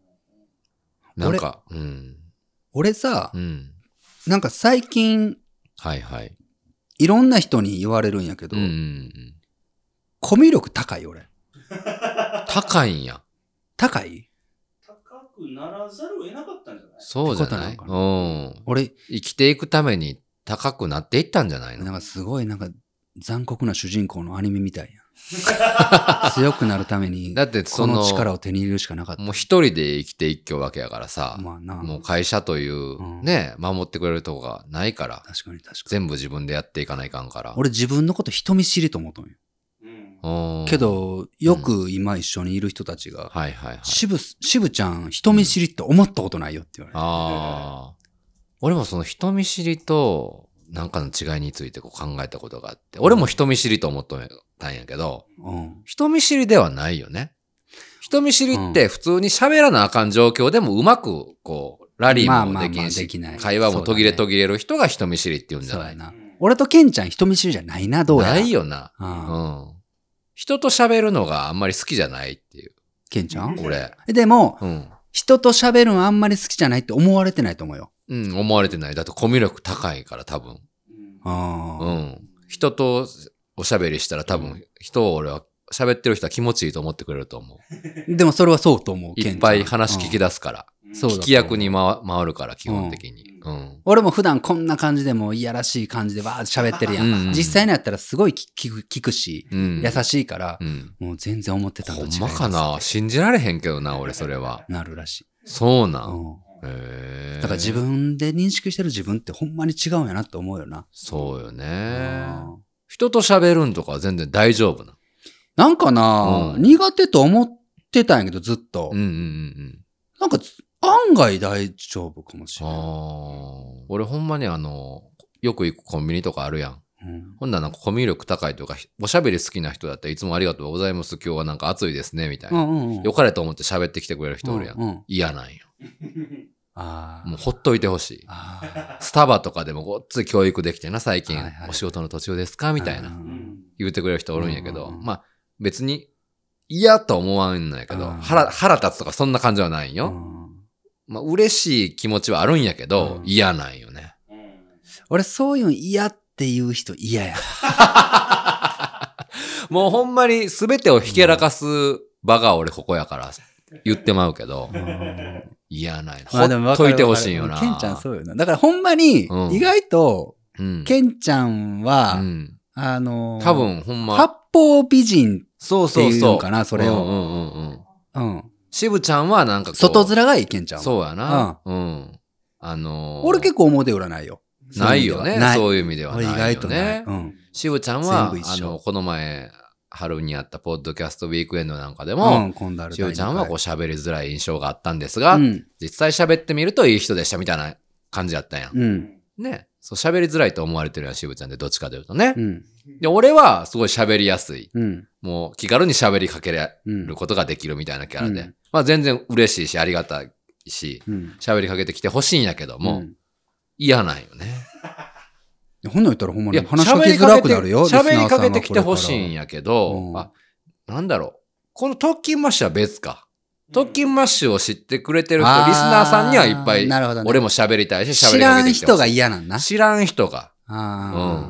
B: なんか、うん。
A: 俺さ
B: う、ん。
A: なんか最近、
B: はいはい。
A: いろんな人に言われるんやけ
B: う
A: ど、
B: んうんうん。
A: コミュ力高い俺。
B: 高いんや。
A: 高い
C: 高くならざるを得なかったんじゃない
B: そうじゃない
A: ってこ
B: う
A: と
B: ん。
A: 俺、
B: 生きていくために高くなっていったんじゃない
A: なん
B: の
A: かすごい、なんか残酷な主人公のアニメみたい やん。強くなるために
B: だ、って
A: こ
B: その、
A: の力を手に入れるしかなかった。
B: もう一人で生きていきょうわけやからさ、
A: まあな、
B: もう会社というね、守ってくれるとこがないから、
A: 確かに確かに。
B: 全部自分でやっていかないかんから。
A: 俺自分のこと人見知りと思うとんよ。
C: うん
B: うん
A: け、ど、よく今一緒にいる人たちが、
B: はいはいはい。
A: 渋す、渋ちゃん人見知りって思ったことないよって言われる。
B: ああ。俺もその人見知りと、なんかの違いについてこう考えたことがあって、俺も人見知りと思っとったんやけど、
A: うん。
B: 人見知りではないよね。人見知りって普通に喋らなあかん状況でもうまく、こう、ラリーもでき
A: まあまあまあ
B: んし
A: できない、
B: 会話も途切れ
A: そうだね
B: 途切れる人が人見知りって言うんじゃ
A: そう
B: な
A: や
B: い
A: な
C: うん。
A: 俺とケンちゃん人見知りじゃないな、どうやら。
B: ないよな。
A: う
B: うんん。人と喋るのがあんまり好きじゃないっていう、
A: ケンちゃん
B: 俺。
A: えでも、
B: うん。
A: 人と喋るのあんまり好きじゃないって思われてないと思うよ。
B: うん、思われてない。だってコミュ力高いから多分。
C: うん
A: あ
B: う
A: あ。
B: ん。人とおしゃべりしたら多分、人を俺は、喋ってる人は気持ちいいと思ってくれると思う。
A: でもそれはそうと思う、
B: い
A: ケンちゃん
B: っぱい話聞き
A: うん
B: 出すから。
C: うん
A: そうだ
B: 聞き役に回回るから、基本的に。う
C: うん
B: ん。
A: 俺も普段こんな感じでもういやらしい感じでわーって喋ってるやん。
B: うん
A: 実際にやったらすごい聞聞く聞くし、
B: うん。
A: 優しいから、
B: うん。
A: もう全然思ってたの
B: ほ
A: と違いま
B: ん
A: す
B: まかな信じられへんけどな、俺、それは。
A: なるらしい。
B: そうな。
A: うんん。
B: へえ。
A: だから自。分で認識してる自分ってほんまに違うんやなって思うよな。
B: そうよ
A: う
B: ね。
A: ん
B: 人と喋るんとかは全然大丈夫な。
A: なんかな、
B: うん
A: 苦手と思ってたんやけどずっと。
B: うんうんうんうん。
A: なんかつ案外大丈夫かもし
B: あ
A: れな
B: あ。俺、ほんまにあの、よく行くコンビニとかあるやん。
A: い。うん
B: ほんならなんかコミュ力高いとか、おしゃべり好きな人だったらいつもありがとうございます。今日はなんか暑いですね、みたいうな。
A: んうんうん。
B: 良かれと思って喋ってきてくれる人おるやん。
A: うんうん
B: 嫌なんよ。
A: あ
B: もうほっといてほしい。
A: あー
B: スタバとかでもごっつい教育できてな、最近、
A: はいはい
B: お仕事の途中ですか みたいな、
A: う
C: うんん。
B: 言ってくれる人おるんやけ
A: う
B: ど、
A: んうんうん
B: まあ、別に嫌とは思わんのやけど、
A: うん
B: 腹、腹立つとかそんな感じはないん
A: う
B: よ。
A: ん
B: まあ、嬉しい気持ちはあるんやけど、
A: うん
B: 嫌なんよね。
C: うん
A: 俺そういうの嫌っていう人嫌や。
B: もうほんまに全てをひけらかす場が俺ここやから言ってまうけど、嫌ない。ほ
A: まあでも
B: っ
A: 分かる
B: といてほしいよ
A: 分
B: な。
A: かるケンちゃんそうよな。だからほんまに
B: うん
A: 意外と、
B: うん。
A: ケンちゃん
B: う
A: は、
B: ん。
A: あのー
B: 多、分ほんま、
A: 八方美人
B: そう
A: って
B: そう
A: い
B: そうう。
A: んかな、それ
B: うん
A: を。
B: うんうんうん。
A: うん。
B: 渋ちゃんはなんかこう
A: 外面がいい、ケンちゃんは。
B: そうやな。うん。あのー
A: 俺結構表裏ないよ。
B: ないよね。
A: ない
B: そういう意味ではな
A: 俺
B: い
A: 意
B: よね。
A: 外とない。うん。
B: 渋ちゃんは、
A: 全部一
B: あ
A: 緒
B: の、この前、春にあったポッドキャストウィークエンドなんかで
A: う
B: も、
A: ん、今度ある
B: しおちゃんはこう喋りづらい印象があったんです
A: 第
B: が、
A: 二回
B: 実際喋ってみるといい人でしたみたいな感じやったんやん。
A: うん。う。
C: うんん
B: ね。そう喋りづらいと思われてるやん、しぶちゃんでどっちかというとね
A: う。ん。
B: で、俺はすごい喋りやすい。
A: うん。
B: もう気軽に喋りかけれ
A: うん。
B: ることができるみたいなキャラで。
A: うん
B: まあ全然嬉しいし、ありがたいし、
A: うん。
B: 喋りかけてきてほしいんやけども、
A: うん
B: 嫌なんよね。
A: いやほんの言ったらほんま
B: い
A: に
B: や、
A: 話しかけづらくなるよ。
B: 喋りかけてきてほしいん
A: や。
B: やけど、
A: うん
B: あ、なんだろう。この特勤マッシュは別か。特勤マッシュを知ってくれてる人、リスナーさんにはいっぱ
A: あー
B: い、
A: なるほどね
B: 俺も喋りたいし、喋
A: 知
B: りからけ
A: ん
B: てきてほ
A: 人が
B: しい。
A: 嫌なんな。
B: 知らん人が
A: あ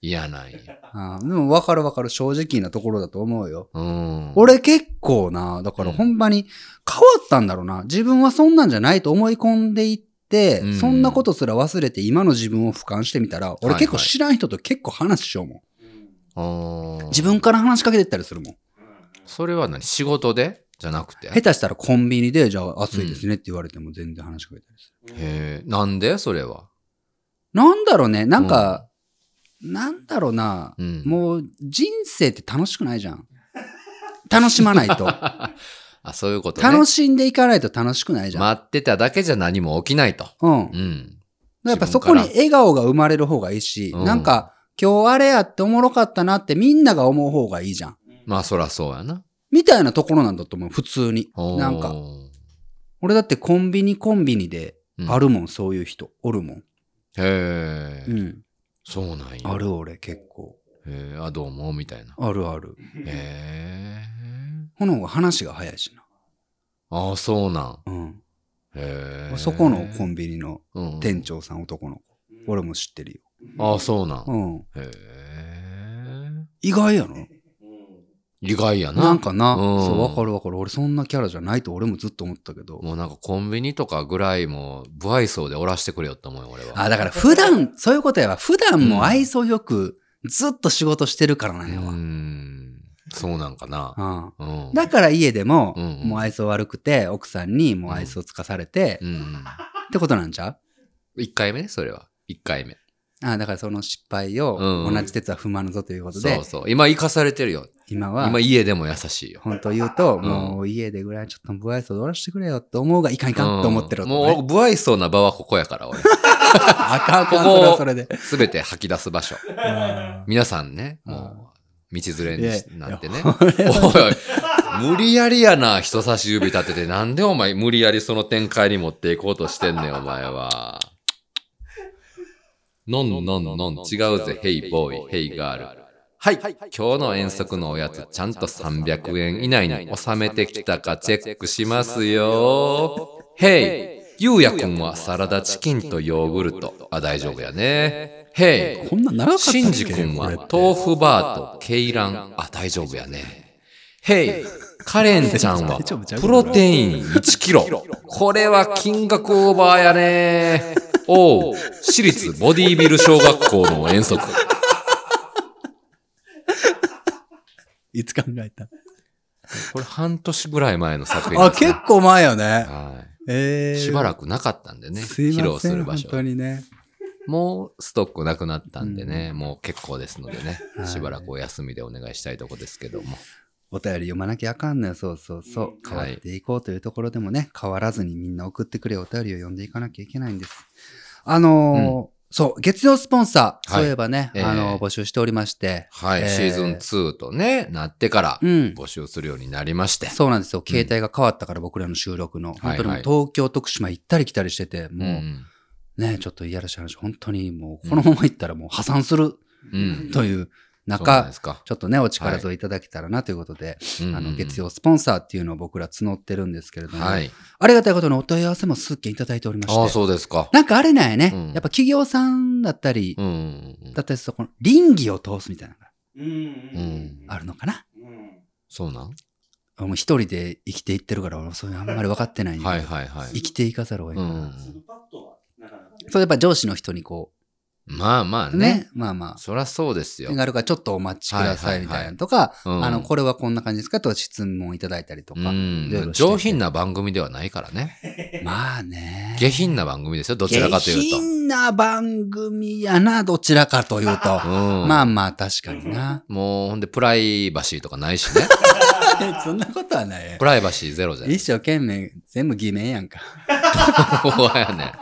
B: 嫌なんや。
A: ーあー。でも分かる分かる。正直なところだと思うよ。
B: うん。
A: 俺結構な、だからほんまに変わったんだろうな。自分はそんなんじゃないと思い込んでいって、
B: うん
A: そんなことすら忘れて今の自分を俯瞰してみたら、俺結構
B: はいはい
A: 知らん人と結構話しようもん。
C: うん
B: うん、
A: 自分から話しかけてったりするもん。
C: うん
B: それは何仕事でじゃなくて。
A: 下手したらコンビニで、じゃあ暑いですねって言われても全然話しかけたりする。
C: うん
B: へえ。なんでそれは。
A: なんだろうね、なんか、なんだろうな、
B: うん。
A: もう人生って楽しくないじゃん。楽しまない と。
B: あ、そういうことね。
A: 楽しんでいかないと楽しくないじゃん。
B: 待ってただけじゃ何も起きないと。
A: うん。
B: うん。
A: やっぱそこに
B: 自分
A: 笑顔が生まれる方がいいし、
B: うん
A: なんか、今日あれやっておもろかったなってみんなが思う方がいいじゃん。
B: まあそらそうやな。
A: みたいなところなんだと思う、普通に。
B: おー
A: なんか、、俺だってコンビニコンビニで
B: うん
A: あ。るもん、そういう人、おるもん。
B: へ
A: う
B: え。
A: ん。
B: そうなんや。
A: あ。る俺、結構。
B: へえ。あ、どうも、みたいな。
A: あるある。
B: へえ。
A: この方が話が早いしな。
B: あ、そうなん。
A: うん。
B: へえ。
A: そこのコンビニの
B: うん
A: 店。長さん、男の子。俺も知ってるよ。
B: あ、そうなん。
A: うん。
B: へえ。
A: 意外やな。
C: うん。
B: 意外やな。
A: なんかな。
B: うん
A: そう、わかるわかる。俺そんなキャラじゃないと俺もずっと思ったけど。
B: もうなんかコンビニとかぐらいもう、不愛想でおらしてくれよって思うよ、俺は。
A: あ、だから普段、そういうことやわ。普段も愛想よく、ずっと仕事してるから
B: う
A: なんやわ。
B: ー
A: うん
B: ん。そうなんかな。うん。
A: だから家でも、
B: うん
A: もう愛想悪くて、奥さんにもう愛想つかされて、
B: うん。
A: ってことなんちゃ
B: 一回目ね、それは。一回 目。
A: うあだからその失敗を、
B: うん
A: 同じ鉄は踏まぬぞということで、
B: そうそう。今生かされてるよ。
A: 今は
B: 今、家でも優しいよ。
A: 本当言うと、
B: ん
A: もう家でぐらいちょっと不愛想で終わらせてくれよと思うがいかんいかんと思ってる
B: う
A: と
B: ん
A: ね、
B: もう俺、不愛想な場はここやか ら、俺。
A: あかんあかん、
B: ここ
A: それはそれで。
B: すべて吐き出す場所。
A: あ
B: 皆さんね、もう、道連れになってね。
A: ー俺は
B: おいおい、無理やりやな、人差し指立てて。なんでお前、無理やりその展開に持っていこうとしてんねん、お前は。のんのんのん、違うぜ、ヘイボーイ、ヘイガール。はい、今日の遠足のおやつ、ちゃんと300円以内に収めてきたかチェックしますよ。ヘイ、ゆうやくんはサラダチキンとヨーグルト。あ、大丈夫やね。ヘイ、
A: こんな長かったっけ
B: シンジ君
A: これ
B: は豆腐バーと鶏卵。あ、大丈夫やね。ヘイ、カレンちゃんはプロテイン1キロ。これは金額オーバーやね。おう、私立ボディビル小学校の遠足。
A: いつ考えた
B: これ半年ぐらい前の作品
A: あ、
B: ですね
A: 結構前よね。
B: は
A: えー、
B: い。しば
A: く
B: らくなかったんでね、
A: すいませ
B: 披
A: ん
B: 露する場所
A: 本。当にね。
B: もうストックなくなったんでね、もう結構ですのでね、しばらくお休みでお願いしたいとこですけども。
A: お便り読まなきゃあかんのよ。そうそうそう。
C: うん
A: 変わっていこうというところでもね、変わらずにみんな送ってくれお便りを読んでいかなきゃいけないんです。あのーそう、月曜スポンサー、
B: は
A: そ
B: い
A: ういえばね、
B: ええ
A: あの、募集しておりまして、
B: はい、
A: えー
B: シーズン2とね、なってから
A: うん。
B: 募集するようになりまして。
A: そうなんですよ。携帯が変わったから、僕らの収録の。本当にもう
B: はいは
A: 東京、徳島行ったり来たりしてて、
B: う
A: も
B: ん
A: うね、ちょっといやらしい話、本当にもう、このまま行ったらもう破産する
B: うん
A: という
B: そうなん
A: 中
B: で、すか。
A: ちょっとね、お力添えいただけたらなということで、あの、月
B: 曜
A: 曜スポンサーっていうのを僕ら募ってるんですけれども、
B: はい。
A: ありがたいことにお問い合わせも数件いただいておりま
B: あ
A: し
B: あ、
A: て、
B: そうですか。
A: なんかあれなんやね、
B: うん
A: やっぱ企業さんだったり、
B: うんうんうん。
A: だったりすると、この倫理を通すみたいなのが
C: うん。
A: あるのかな。
C: うん。
B: そうなん
A: もう一人で生きていってるから、俺もそういうのあんまり分かってないんで、
B: はいはいはい
A: 生。きていかざるを得
B: う
A: ない。
B: ん。
C: すぐパッとは、なかなかね。
A: そうやっぱ上司の人にこ
B: まあまあ
A: う、ね、
B: ね。
A: まあまあ、
B: そりゃそうですよ
A: 手。軽からちょっとお待ちくださいみたいなのとか、
B: うん
A: あの、これはこんな感じですかと質問いただいたりとか。
B: うん
A: いろいろしてて
B: 上品な番組ではないからね。
A: まあね。
B: 下品な番組ですよ、ど
A: ど
B: ちらかというと。
A: 下品な番組やな、どちらかというと。
B: うん、
A: まあまあ、確かにな。
B: もうほんでプライバシーとかない しね。
A: そんなことはないよ
B: プ。ライバシーゼロじゃん。
A: 一生懸命、全部偽名やんか。
B: そうやね。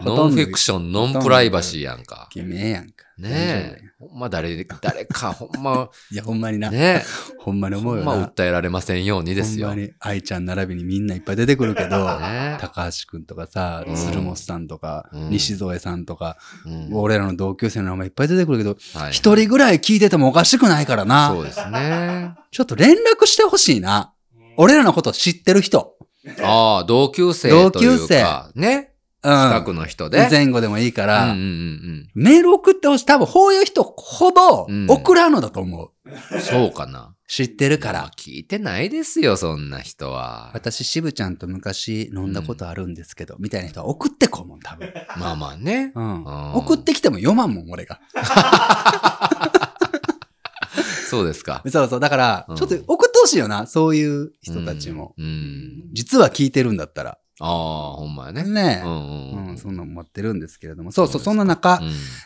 A: ほ
B: ノ
A: と
B: ン
A: んど
B: フィクション、ノンプライバシーやんか。
A: 偽名やんか。大丈
B: ね
A: 夫
B: え
A: や。
B: ほんま誰、誰か、ほんま、
A: いや、ほんまにな。
B: ね
A: ほんまに
B: え。
A: 思
B: ほ
A: うんよ
B: ま
A: な。
B: 訴えられませんようにですよ。
A: ほんま
B: ね
A: に、愛ちゃん並びにみんないっぱい出てくるけど、
B: え。
A: 高橋くんとかさ
C: う、ん
A: 鶴本さんとか、
B: うん
A: 西添さんとか、
B: うん
A: 俺らの同級生の名前いっぱい出てくるけど、
B: はい
A: 一人ぐらい聞いててもおかしくないから
B: そ
A: な。
B: うですね。
A: ちょっと連絡してほしいな。俺らのこと知ってる人。
B: ああ、同級生というか、ね。
A: うん。
B: 近くの人で。
A: 前後でもいいか
B: うんうん
A: ら、
B: うん
A: メール送ってほしい。多分、こういう人ほど
B: うん
A: 送らんのだと思う。
B: うん。そうかな。
A: 知ってるか
B: まあ
A: ら。
B: 聞いてないですよ、そんな人は。
A: 私、渋ちゃんと昔飲んだことあるんですけど、みたいな人は送ってこうもん、多 分。
B: まあまあね。
A: うん
B: うん。
A: 送ってきても読まんもん、俺が。
B: そうですか。
A: そうそう。だから
B: う、ん
A: ちょっと送ってほしいよな、そういう 人たちも。
B: うん。うん
A: 実は聞いてるんだったら。
B: ああ、ほんまやね。
A: ね
B: うん
A: え。
B: うん
A: う、
B: うんん。
A: そんなん待ってるんですけれども。そうそう、
B: そ
A: そ
B: うん
A: な中、
B: う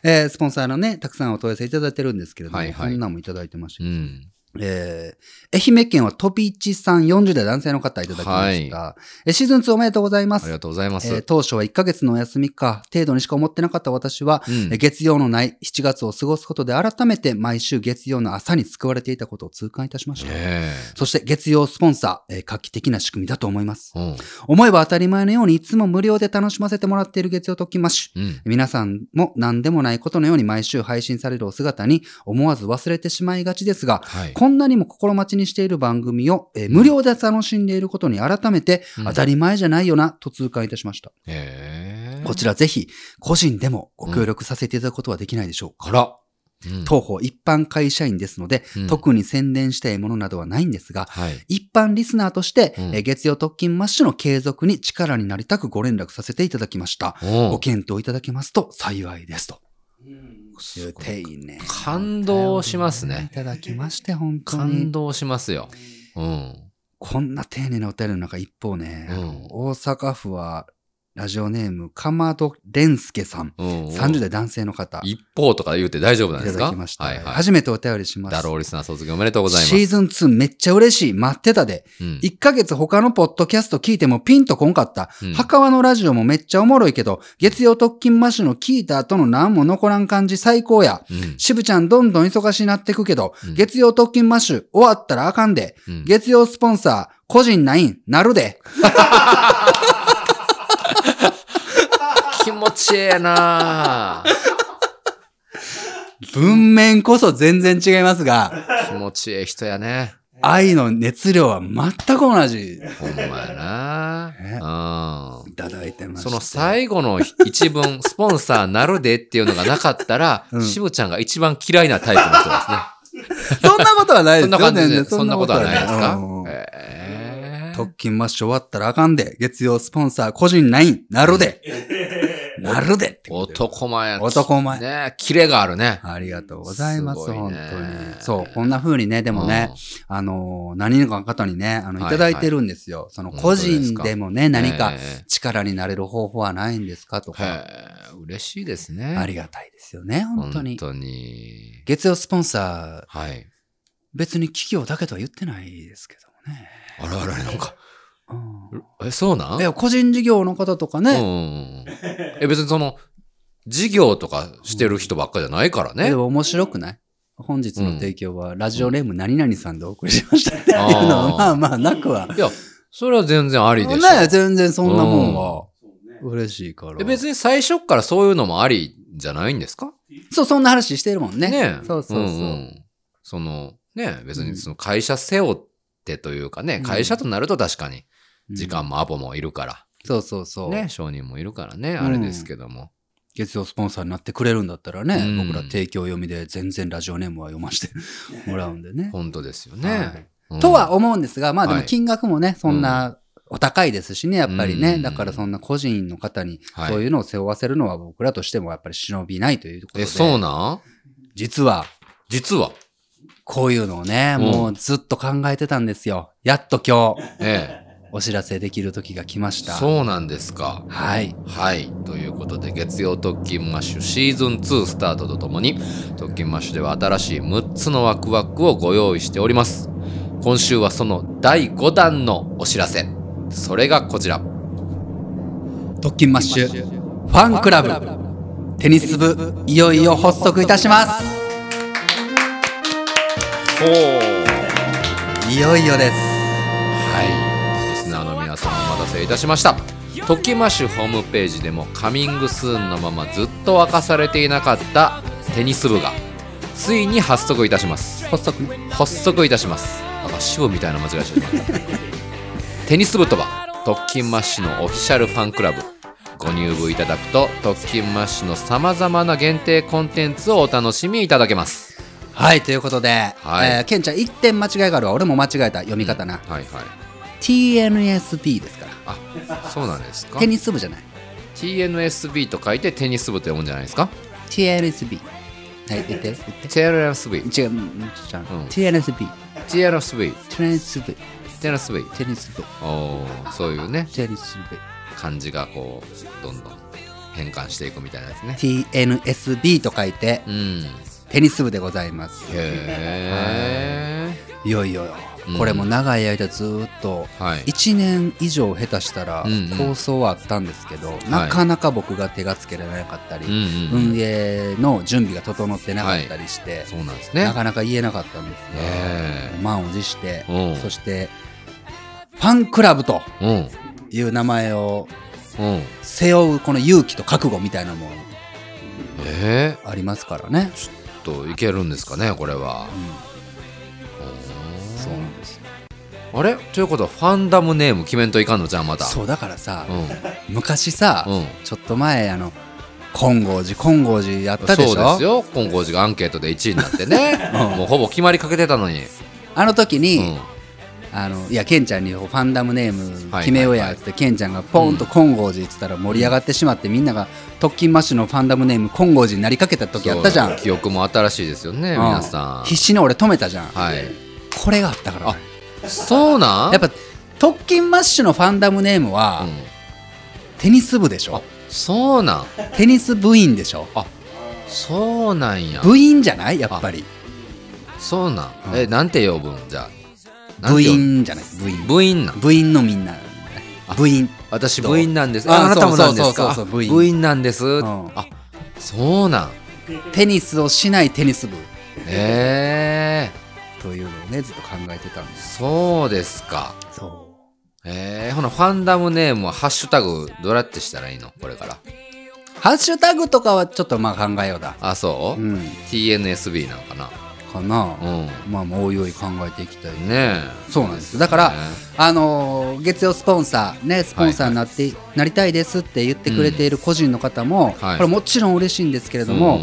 A: えースポンサーのね、たくさんお問い合わせいただいてるんですけれども、
B: はいはい
A: こんなんもいただいてまして、
B: んうん。
A: えー愛媛県はトピチさん40代男性の方いただきました。えーシーズン2おめでとうございま
B: あ
A: す。
B: りがとうございま
A: えー
B: す。
A: 当初は1ヶ月のお休みか、程度にしか思ってなかった私は、
B: うん
A: えー月曜のない7月を過ごすことで改めて毎週月曜の朝に救われていたことを痛感いたしました。
B: ね
A: そして月曜スポンサー、えー画期的な仕組みだと思います。
B: え。うん。
A: 思えば当たり前のようにいつも無料で楽しませてもらっている月曜特勤マッシュ。
B: うん。
A: 皆さんも何でもないことのように毎週配信されるお姿に思わず忘れてしまいがちですが、
B: はい。
A: こんなにも心待ちにしている番組を、えー無料で楽しんでいることに改めて、
B: うん
A: 当たり前じゃないよなと痛感いたしました。
B: へえ。
A: こちらぜひ、個人でもご協力させていただくことはできないでしょうか。
B: から。うん。
A: 当方一般会社員ですので、
B: うん
A: 特に宣伝したいものなどはないんですが、
B: はい。
A: 一般リスナーとして、
B: うん
A: えー月曜特勤マッシュの継続に力になりたくご連絡させていただきました。
B: お
A: ご
B: う
A: 検討いただけますと幸いですと。
C: うん。
A: いう丁寧な
B: 感動しますね
A: いただきまして、本当
B: 感
A: に。
B: 動しますよ。うん。
A: こんな丁寧なお便りの中、一方ね、
B: うん
A: あの大阪府は、ラジオネーム、かまどれんすけさん、
B: うん。
A: 30代男性の方、い
B: 一方とか言うて大丈夫なんで
A: た
B: す
A: だ
B: か
A: きました。
B: はいはい。
A: 初めてお便りします
B: ダ。ローリスナー卒業おめでとうございます。
A: シーズン2めっちゃ嬉しい。待ってたで。
B: うん
A: 1ヶ月他のポッドキャスト聞いてもピンとこんかった。
B: うん
A: 墓場のラジオもめっちゃおもろいけど、月曜特勤マッシュの聞いた後の何も残らん感じ最高や。
B: うん
A: 渋ちゃんどんどん忙しになってくけど、
B: うん
A: 月曜特勤マッシュ終わったらあかんで、
B: うん
A: 月曜スポンサー、個人ないん、なるで。
B: 気持ちええなあ
A: 文面こそ全然違いますが、
B: 気持ちええ人やね。
A: 愛の熱量は全く同じ。
B: ほんまや
A: ね
B: な。うん
A: い。ただいてました。
B: その最後の一 文、スポンサーなるでっていうのがなかったら、
A: うん
B: しぶちゃんが一番嫌いなタイプの人ですね。
A: そんなことはない です
B: そんな感じで、
A: 全然
B: そんなことはないですか
A: うんうんうん
B: えー
A: 特勤マッシュ終わったらあかんで、月曜スポンサー、個人ないん、なるで。なるでってことで。
B: 男前。
A: 男前
B: ねえキレがあるね。
A: ありがとうございます、
B: すご
A: 本
B: い
A: 当
B: ね
A: に。そう、こんな風にね、でもね、あのー、何人かの方にね、あの、い
B: はい
A: ただいてるんですよ。その、個
B: 本当です
A: 人
B: か
A: でもね、
B: うん。
A: 何か
B: ねえ
A: 力になれる方法はないんですかとか、
B: へえ嬉しいですね。
A: ありがたいですよね、本当に。
B: 本当に
A: 月曜スポンサー、
B: はい。
A: 別に企業だけとは言ってないですけどもね。
B: あらあら、なんか、
A: うん
B: え、そうなん
A: いや個人事業の方とかね、
B: うんうんうんえ、別にその、事業とかしてる人ばっかじゃないからね。
A: でも面白くない本日の提供は、ラジオネーム何々さんでお送りしましたっていうのは、ま
B: あ
A: あまあなくは。
B: いや、それは全然ありでしょ。
A: ね全然そんなもんは、
C: そうね。
A: 嬉しいから。
B: え別に最初からそういうのもありじゃないんですか
A: そう、そんな話してるもんね。
B: ねえ
A: そうそうそう。
B: んんその、ねえ別にその会社背負ってというかね、
A: うん
B: 会社となると確かに
A: うん
B: 時間もアポもいるから、
A: そうそうそう。
B: ね、商人もいるからね、
A: ん
B: あれですけども。
A: 月曜スポンサーになってくれるんだったらね、
B: うん
A: 僕ら提供読みで全然ラジオネームは読ませて もらうんでね。
B: 本当ですよ
A: は
B: ね
A: い。
B: うん
A: とは思うんですが、まあでも
B: はい
A: 金額もね、そんなお高いですしね、やっぱりね。
B: うん
A: だからそんな個人の方に
B: はい
A: そういうのを背負わせるのは僕らとしてもやっぱり忍びないということで。
B: え、そうなん
A: 実は、
B: 実は、
A: こういうのをね、
B: うん
A: もうずっと考えてたんですよ。やっと今日、
B: え
A: お知らせできる時が来まし
B: え、
A: た。
B: そうなんですか。
A: はい。
B: はい。ということで、月曜特勤マッシュシーズン2スタートとともに、特勤マッシュでは新しい6つのワクワクをご用意しております。今週はその第5弾のお知らせ。それがこちら。
A: 特勤マッシュ、ファンクラブ、テニス部、いよいよ発足いたします。いよいよです。
B: はい。リスナーの皆様お待たせいたしました。トキマッシュホームページでもカミングスーンのままずっと明かされていなかったテニス部がついに発足いたします。
A: 発足ね。
B: 発足いたしますあのシューみたいな間違いしてしまったテニス部とは特勤マッシュのオフィシャルファンクラブご入部いただくと特勤マッシュのさまざまな限定コンテンツをお楽しみいただけます
A: はい、ということで、
B: はい
A: えーケンちゃん1点間違いがあるわ。俺も間違えた読み方な。
B: はいはい
A: TNSB ですから。
B: あそうなんですか
A: テニス部じゃない。
B: TNSB と書いてテニス部と読むんじゃないですか
A: TNSB。はい、言って、言って。
B: TNSB
A: 違う、うんちょっと違う
B: うん
A: TNSB。
B: TNSB
A: TNSB。
B: TNSB
A: テニス部。
B: おーそういうね
A: テニス部。
B: 漢字がこうどんどん変換していくみたいなやつね
A: TNSB と書いて、
B: うん
A: テニス部でございます。
B: へ
A: いよいよよ
B: うん
A: これも長い間ずーっと、
B: えはい
A: 1年以上下手したら
B: うんうん
A: 構想はあったんですけど、
B: い
A: なかなか僕が手がつけられなかったり、
B: うんうん
A: 運営の準備が整ってなかったりして、
B: そうなんですね。
A: なかなか言えなかったんですが、
B: え
A: 満を持して、
B: うん
A: そしてファンクラブと
B: うん。うん。
A: いう名前を
B: え
A: 背負うこの勇気と覚悟みたいなもの
B: え
A: ありますからね、
B: と、いけるんですかね、これは。
A: う
B: うん
A: ん、そうなんですよ
B: あれということは、ファンダムネーム決めんといかんのじゃあ、また。
A: そうだからさ、
B: うん。うん。
A: 昔さ、
B: あ
A: ちょっと前あの金剛寺金剛寺やったでしょ
B: そうですよ。金剛寺がアンケートで1位になってね。
A: うん
B: もうほぼ決まりかけてたのに。
A: あの時
B: う
A: に、
B: ん。
A: あのいやケンちゃんにファンダムネーム決めようやっつって、ケンちゃんがポンと金剛寺っつったら盛り上がってしまって、みんなが特勤マッシュのファンダムネーム金剛寺になりかけた時やったじゃん、
B: そう記憶も新しいですよね、
A: うん
B: 皆さん。
A: 必死に俺止めたじゃん、
B: はい。
A: これがあったからね
B: そうなん
A: やっぱ特勤マッシュのファンダムネームは、
B: うん
A: テニス部でしょ
B: そうなん。
A: テニス部員でしょ
B: そうなんや。
A: 部員じゃないやっぱり
B: そうなん
A: う。ん
B: え、なんて呼ぶんじゃあ。なん
A: 部
B: て呼ぶ。
A: 員じゃない部員
B: 部員なん。
A: 部員のみんな部員
B: 私
A: どう
B: 部員なんです。
A: あ
B: ああなたもなんです
A: そうそう
B: か。
A: そうそう
B: あ
A: 部員
B: なんです。
A: ん
B: あ、そうなん。
A: テニスをしないテニス部
B: ええ
A: というのをねずっと考えてたんで
B: ー、
A: す
B: そうですか。
A: そう
B: ええー、ほなファンダムネームはハッシュタグどうやってしたらいいのこれから。
A: ハッシュタグとかはちょっとまあ考えようだ。
B: あ、そうう、
A: ん。
B: ?TNSB なのかな。
A: かな。
B: うん。
A: まあ、まあおいおい考えていきたい。
B: ねえ。
A: そうなんです。だから、あのー月曜スポンサー、ね、スポンサーになって、なりたいですって言ってくれている個人の方も、
B: はい
A: これもちろん嬉しいんですけれ
B: け
A: ども、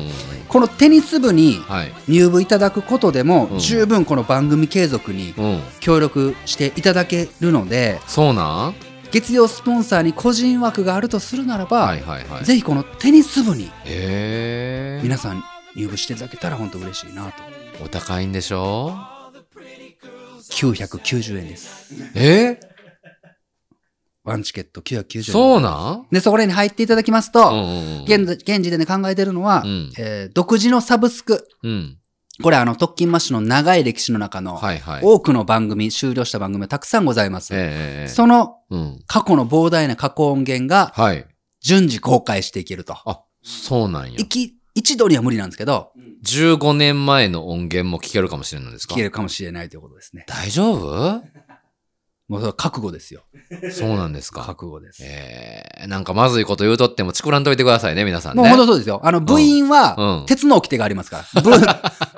A: このテニス部に
B: はい。
A: 入部いただくことでも、
B: うん
A: 十分この番組継続に
B: うん。
A: 協力していただけるので、
B: そうなん
A: 月曜スポンサーに個人枠があるとするならば、
B: はいはいはい。
A: ぜひこのテニス部に
B: ええ
A: 皆さん入部していただけたら本当嬉しいなと。
B: お高いんでしょ
A: 990円です。
B: え
A: ワンチケット990円。
B: そうなん
A: で、そこらに入っていただきます
B: う
A: と、
B: んうんうん。
A: 現在現時点で考えてるのは、
B: うん
A: えー独自のサブスク。
B: うん。
A: これ、あの、特勤マッシュの長い歴史の中の、
B: はいはい。
A: 多くの番組、終了した番組がたくさんございます。
B: ええええ
A: その
B: うん。
A: 過去の膨大な過去音源が
B: はい。
A: 順次公開していけると。
B: あ、そうなんや
A: い。き一度には無理なんですけど、
C: うん
B: 15年前の音源も聞けるかもしれないんですか
A: 聞けるかもしれないということですね。
B: 大丈夫
A: もうそれは覚悟ですよ。
B: そうなんですか。
A: 覚悟です。
B: えー、なんかまずいこと言うとっても、チクらんといてくださいね、皆さんね。
A: もう本当そうですよ。あの、部員
B: うんう
A: は
B: ん、
A: 鉄の掟がありますから。 ぶ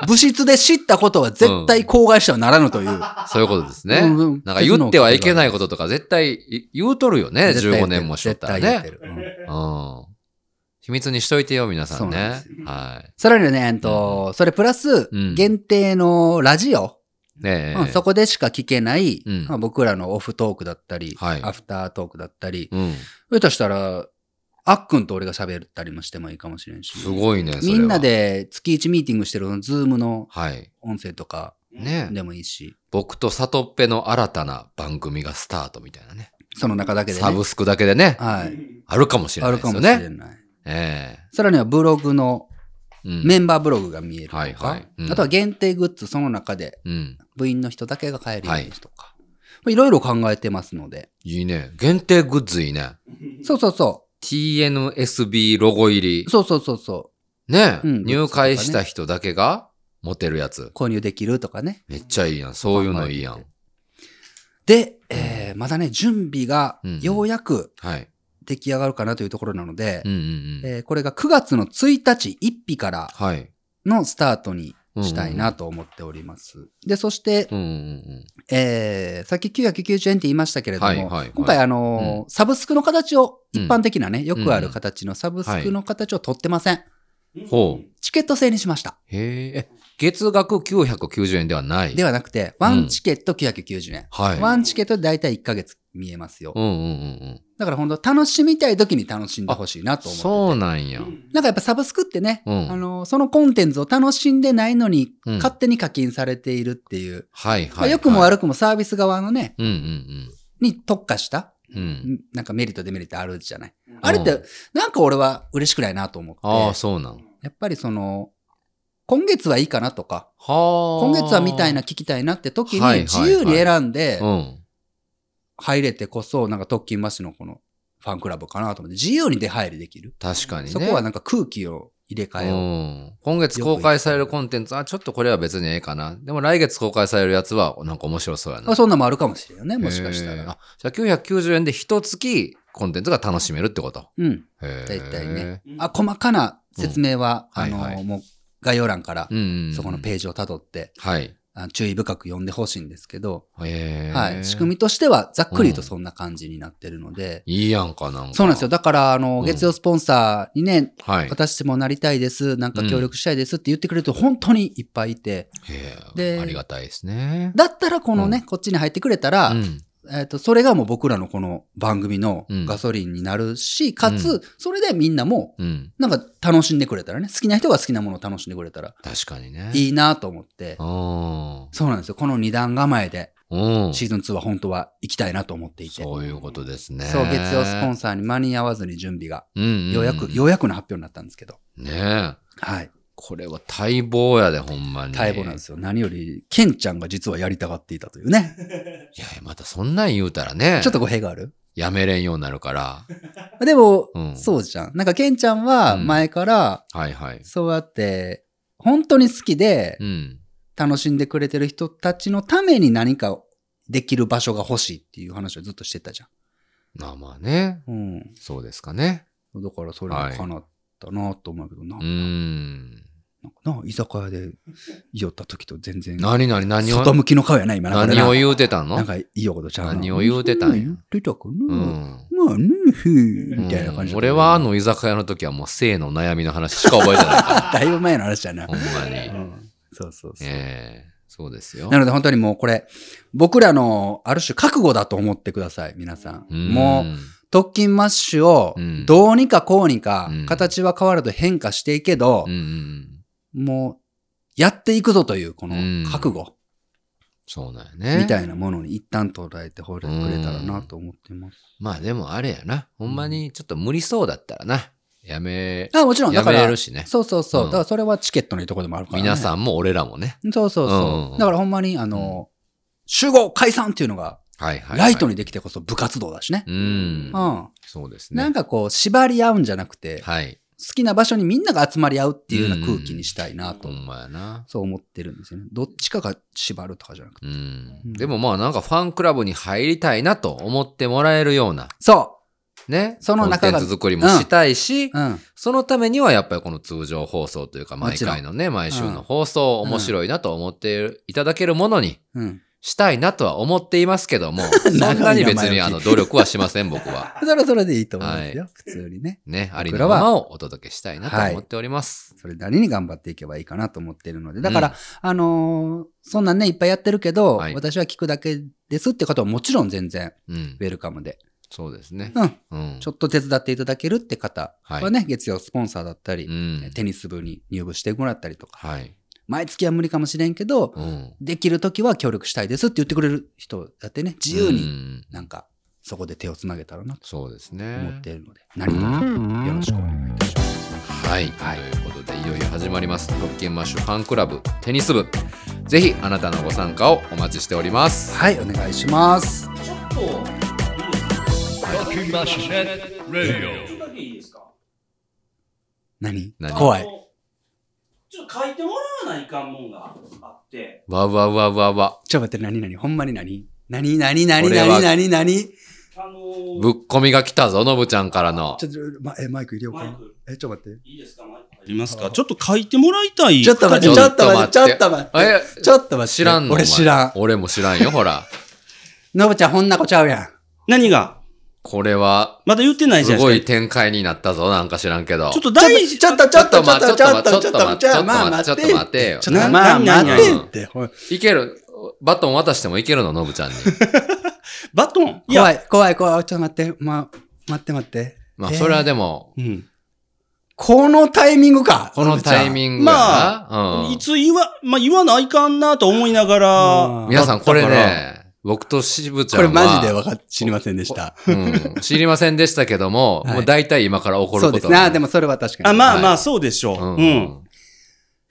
A: 部室で知ったことは絶対口外してはならぬという。
B: そういうことですね。
A: うんうん
B: なんか言ってはいけないこととか絶対い言うとるよね、
A: 絶対言
B: 15
A: ってる
B: 年もしとったら
A: 絶対
B: ね
A: 言。ってるうん
B: うん。秘密にしといてよ、皆さん
A: そうなんで
B: ね
A: す。
B: はい。
A: さらにね、えっと、それプラス
B: うん、
A: 限定のラジオ、
B: ねえ。
A: うんそこでしか聞けない、
B: うん
A: まあ僕らのオフトークだったり、
B: はい
A: アフタートークだったり、
B: うん。
A: それとしたら、あっくんと俺が喋ったりもしてもいいかもしれんし。
B: すごいね、それ
A: み
B: は
A: んな。で月1ミーティングしてるの、ズームの
B: はい。
A: 音声とか
B: ねえ。
A: でもいいし、
B: 僕とサトッペの新たな番組がスタートみたいなね。
A: その中だけでね。
B: サブスクだけでね。
A: は
C: う
A: い。
C: ん
B: あるかもしれ
A: あ
B: ない
A: る
B: です
A: かも
B: よ
A: しれ
B: ね。
A: ない。
B: え
A: さらにはブログの、
B: えうん
A: メンバーブログが見えるとか、
B: はいはいうん
A: あとは限定グッズ、その中で
B: うん。
A: 部員の人だけが買えるようにとか、いろいろ考えてますので、
B: いいね。限定グッズいいね。
A: そうそうそ
B: TNSB ロゴ入り
A: う、。そうそうそうそ
B: ね、
A: うん
B: 入会した人だけが持てるやつ
A: う、。購入できるとかね。
B: めっちゃいいやん。そういうのいいやん。
A: で、えーまだね、準備が
B: うんうん
A: ようやく
B: はい。
A: 出来上がるかなというところなので、
B: うんうんうん。
A: えーこれが9月の1日1日から
B: はい。
A: のスタートに
B: うんうん
A: したいなと思っております。で、そして、
B: うんうんうん。
A: えーさっき990円って言いましたけれども、
B: はいはいはい
A: 今回あのーサブスクの形を、一般的なね、よくある形のサブスクの形を取ってません。
B: ほう
A: チケット制にしました。
B: へええ、月額990円ではない。
A: で
B: は、
A: はなくて、ワンチケット990円。
B: はい。
A: ワンチケットで大体1ヶ月見えますよ。
B: うんうんうん
A: だから本当楽しみたい時に楽しんでほしいな
B: うん。
A: と思ってて
B: そうなん
C: う
B: や。
C: ん
A: なんかやっぱサブスクってね、
B: うん
A: あの、そのコンテンツを楽しんでないのに、
B: うん
A: 勝手に課金されているっていう、
B: はい
A: ま
B: は
A: あ、
B: い。
A: 良くも
B: る。
A: 悪くもサービス側のね、
B: うんうん
A: に特化した、
B: うん。うん。
A: なんかメリットデメリットあるじゃない。
C: うん
A: あれっ
B: う
A: て
B: ん、
A: なんか俺は嬉しくないなと思って、
B: ああ、そうなん。は
A: やっぱりその、今月はいいかなとか、
B: あ。今
A: 今月はみたいな。聞きたいなって時
B: はい
A: に
B: はいは
A: 自
B: い
A: 由に選んで
B: うん。
A: 入れてこそ、なんか特勤マッシュのこのファンクラブかなと思って、自由に出入りできる。
B: 確かにね。
A: そこはなんか空気を入れ替えよう。
B: うん、今月公開されるコンテンツ、あ、ちょっとこれは別にええかな。でも来月公開されるやつは、なんか面白そうや
A: ま
B: な
A: あ、。そんなんもあるかもしれんよね、もしかした
B: へー
A: ら。
B: あじゃあ990円で一月コンテンツが楽しめるってこと。
A: うん、
B: へー
A: 大体ね。
C: うん
A: あ、細かな説明は、
B: うん
A: あの、
B: はいはい
A: もう概要欄から
B: う、んうんうん。
A: そこのページをたどって、
B: はい。
A: あ注意深く読んでほしいんですけど、
B: へー
A: はい、仕組みとしては、ざっくりとそんな感じになってるので、
B: いいやんか、なんか。
A: そうなんですよ。。だから、あの、
B: うん
A: 月曜スポンサーにね、
B: はい。
A: 私もなりたいです、なんか協力したいですって言ってくれると本当にいっぱいいて、
B: へー
A: で
B: ありがたいですね。
A: だったらこのね、こっちに入ってくれたら、
B: うん。
A: えっと、それがもう僕らのこの番組の
B: うん
A: ガソリンになるし、か
B: う
A: つ、それでみんなも、
B: うん。
A: なんか楽しんでくれたらね、好きな人が好きなものを楽しんでくれたら
B: 確かにね。
A: いいなと思って、
B: うん。
A: そうなんですよ。この二段構えで、
B: うん。
A: シーズン2は本当は行きたいなと思っていて。
B: そういうことですね。
A: そう、月曜スポンサーに間に合わずに準備が、
B: うんうん。
A: ようやく、ようやくの発表になったんですけど。
B: ねえ。
A: はい。
B: これは待望やで、ほんまに。
A: 待望なんですよ。何より、ケンちゃんが実はやりたがっていたというね。
B: いや、またそんなん言うたらね。
A: ちょっと語弊がある
B: やめれんようになるから。
A: でも、
B: うん
A: そうじゃん。なんか、ケンちゃんは
B: うん
A: 前から、
B: はいはい。
A: そうやって、本当に好きで
B: う、ん。
A: 楽しんでくれてる人たちのために何かできる場所が欲しいっていう話をずっとしてたじゃ
B: まあまあね。
A: ん。うん。
B: そうですかね。
A: だから、それも叶ったなと思うけどな、
B: うーん。
A: なんかな、居酒屋で、いよった時と全然、
B: 何何何を
A: 外、向きの顔やな、今なんかな。
B: 何を言うてたの
A: なんか、いいよことちゃうな
B: 何を言うてたんや
A: 言ってたか
B: う
A: な。
B: ん。
A: まあね、ふーみたいな感じだ
B: うん
A: ったよね、
B: 俺はあの居酒屋の時はもう性の悩みの話しか覚えてない か
A: だいぶ前の話だな
B: ら。。ほんまに。
A: うん そうそうそう。
B: ええそうですよ
A: な。ので本当にもうこれ、僕らのある種覚悟だと思ってください、皆さん。
B: ーん
A: もう、特勤マッシュを
B: うん
A: どうにかこうにか
B: うん、
A: 形は変わると変化していけど
B: うん、うんうん。
A: もう、やっていくぞという、こ
B: うん
A: の覚悟
B: そうなんやね。
A: みたいなものに一旦捉えてくれたらなと思ってます。
B: まあでもあれやな。ほんまにちょっと無理そうだったらな。やめ、
A: あ、もちろん、だ
B: や
A: か
B: めれ
A: ら
B: る、しね。
A: そうそうそうう。
B: ん
A: だからそれはチケットのいいとこでもあるからね。
B: 皆さんも俺らもね。
A: そうそう
B: うんうんう
A: そ
B: ん
A: う。だからほんまに、あの、集合解散っていうのが、
B: はいはいはい。
A: ライトにできてこそ部活動だしね。
B: うん
A: う。ん。
B: そうですね。
A: なんかこう、縛り合うんじゃなくて、
B: はい。
A: きな場所にみんなが集まり合うっていうような空気にしたいなと、
B: ほんまやな。
A: そう思ってるんですよね。どっちかが縛るとかじゃなくて。
B: うん
A: うん
B: でもまあなんかファンクラブに入りたいなと思ってもらえるような、
A: そ
B: ね。
A: その中が
B: コンテンツ作りもしたいし、
A: ううん。
B: そのためにはやっぱりこの通常放送というか
A: も
B: 毎
A: ちろん
B: 回のね、毎週の放送、
A: うん
B: 面白いなと思っていただけるものに
A: うん。
B: したいなとは思っていますけ ども、そんなに別
A: 長い
B: に
A: な
B: あ
A: 前置
B: の努力はしません、僕は。
A: それはそれでいいと思いますよ。普通にね。
B: ね、あり
A: 僕
B: の
A: ら
B: ま
A: は
B: まをお届けしたいなと思っております。
A: それなりに頑張っていけばいいかなと思ってるので。だから、あのーそんなんね、いっぱいやってるけど、
B: はい
A: 私は聞くだけですって方はもちろん全然
B: うん
A: ウ。ェルカムで。
B: そうですね。
A: うん。
B: うん。
A: ちょっと手伝っていただけるって方はね、月曜スポンサーだったり、
B: うん。
A: テニス部に入部してもらったりとか、
B: はい。
A: 毎月は無理かもしれんけど、
B: うん。
A: できる時は協力したいですって言ってくれる人だってね、自由
B: う
A: に
B: ん
A: なんかそこで手をつなげたらなと
B: そうです
A: 思っ
B: ね
A: て。いるので、何卒よろしくお願いいたします。
B: はい、
A: はい
B: ということでいよいよ始まります特権マッシュファンクラブテニス部ぜひあなたのご参加をお待ちしております
A: はい、お願いします。
C: ちょっと、いいですか
D: Talking Mush Net
C: ちょ
D: Radio.
C: っとだけいいですか
A: 何
B: 何
A: 怖い
C: あ。のちょっと書いてもらわないかんもんがあって、
B: わわわわわ
A: ちょ、待って、何何ほんまに何何何何
B: これは
A: 何何何
C: あのー
B: ぶっこみが来たぞのぶちゃんからの
A: ちょ、ちょ、ま、え、マイク入れよう
C: マイ
A: か。
C: ク、
A: え、ちょ、待って。
C: いいですかマイク入りますかちょっと書いてもらいたい。
A: ちょっと待って、
B: ち
A: ち
B: ょ
A: ょ
B: っ
A: っ
B: と
A: と
B: 待
A: 待
B: っ
A: ってて、ちょっと待って。
B: え
A: ちょっと待って。
B: 知らんの
A: 俺
B: お前
A: 知らん。
B: 俺も知らんよほら
A: のぶちゃん、ほんな子ちゃうやん。
C: 何が
B: これは
C: まだ言ってないじ
B: す
C: ゃない
B: ご
C: です
B: い
C: か。
B: 展開になったぞなんか知らんけど
C: ちょっと
A: ちょっ
C: 大
A: と、
C: 事。
A: ちょっと、ちょっと、
B: ちょっ
A: ち
B: と
A: ょっと、
B: ち
A: ち
B: ょ
A: ょっと、ち
B: っと待って
A: ょっと、
B: ちょっと
A: まあ
B: 待
A: 待ってて。
B: っちょっと待ってよ
A: ちょっとまあ
C: なな
A: 待って
B: な
A: って。ほら
B: いけるバトン渡してもいけるのの ぶちゃんに
C: バトンい
A: 怖
C: や、
A: い、怖い、怖い。ちょっと待って、まあ、待って、待って。
B: まあ
A: えー
B: それはでも
C: うん。
A: このタイミングか。
B: このタイミングやな、うん
C: いつ言わ、まあ、言わないかんなと思いながら、
A: 皆
B: 皆
A: さん。
B: さんこれね僕としぶちゃん
A: こ
B: は
A: れマジでわかっ知りませんでした。
B: うん、知りませんでしたけども、
A: はい
B: もう大体今から起こ
A: そ
B: るこ
A: う
B: と
A: ですね。あでもそれは確かに。
C: あま
B: は
C: あ
B: い
C: まあ、そうでしょう。
B: うん、
C: うん。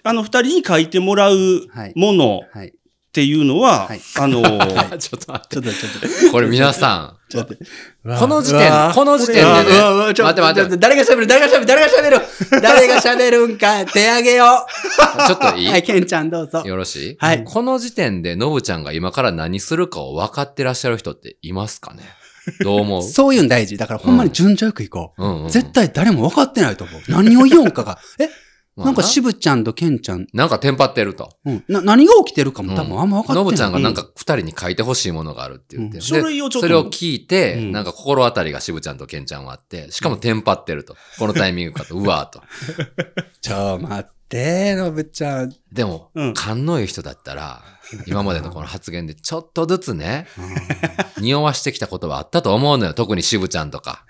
C: あの、二人に書いてもらう
A: はい
C: ものっ
A: はい。
C: ていうのは、
A: はい
C: あのー、
B: あ ちょっと待
A: ちょっと、ちょっと。
B: って、これ 皆さ
A: ちょっと待って。
B: この時点
A: うわ
B: この時点でね
A: うわうわうわちょ
B: 待って待って
A: ちょと誰が喋る誰が喋る誰が喋る誰が喋るんか手あげよう。
B: ん、ちょっとい
A: はい、
B: い
A: ケンちゃんどうぞ。
B: よろしい、
A: はい
B: この時点で、のぶちゃんが今から何するかを分かってらっしゃる人っていますかねど う思う
A: そういうの大事。だからほんまに順調よくいこ
B: うんうんう
A: う。
B: ん
A: 絶対誰も分かってないと思う。何を言おうかが。え、なんかしぶちゃんとケンちゃん、
B: なんかテンパってると。
A: うん、な何が起きてるかも多分あんま分かってない。
B: のぶちゃんがなんか二人に書いてほしいものがあるって言って。
A: うん
B: で
C: 書類をちょっと
B: それを聞いて、
C: うん
B: なんか心当たりがしぶちゃんとけんちゃんはあって、しかもテンパってると。このタイミング かと。うわーと。
A: ちょ、待って、のぶちゃん。
B: でも、
C: うん
B: 勘のいい人だったら、今までのこの発言でちょっとずつね、匂わしてきたことはあったと思うのよ。特に渋ちゃんとか。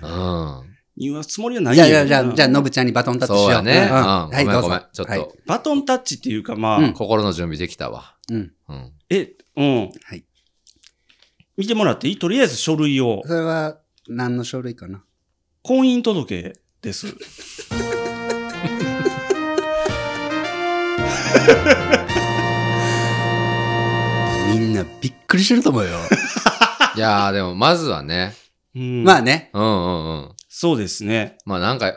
B: まあね。
C: 言うつもりはないん
A: じゃ
C: や
A: あ、
C: け
A: じ
C: ど
A: ゃ
C: な
A: あ、じゃあ、じゃあ、のぶちゃんにバトン
B: う
A: タ
B: ん。
A: ッチしよう。
B: そうやね。うん。
A: うんはい、
B: ごめん
A: どう
B: ご
A: ぞ
B: めん。ちょっと、
A: はい
C: バトンタッチっていうか、まあ、
A: うん
B: 心の準備できたわ。
A: うん。
B: うん。
C: え、うん。
A: はい。
C: 見てもらっていいとりあえず書類を。
A: それは、何の書類かな
C: 婚姻届です。
A: みんなびっくりしてると思うよ。
B: いやー、でも、まずはね。
C: うん、
A: まあね。
B: うんうんうん。
C: そうですね。
B: まあ、なんか、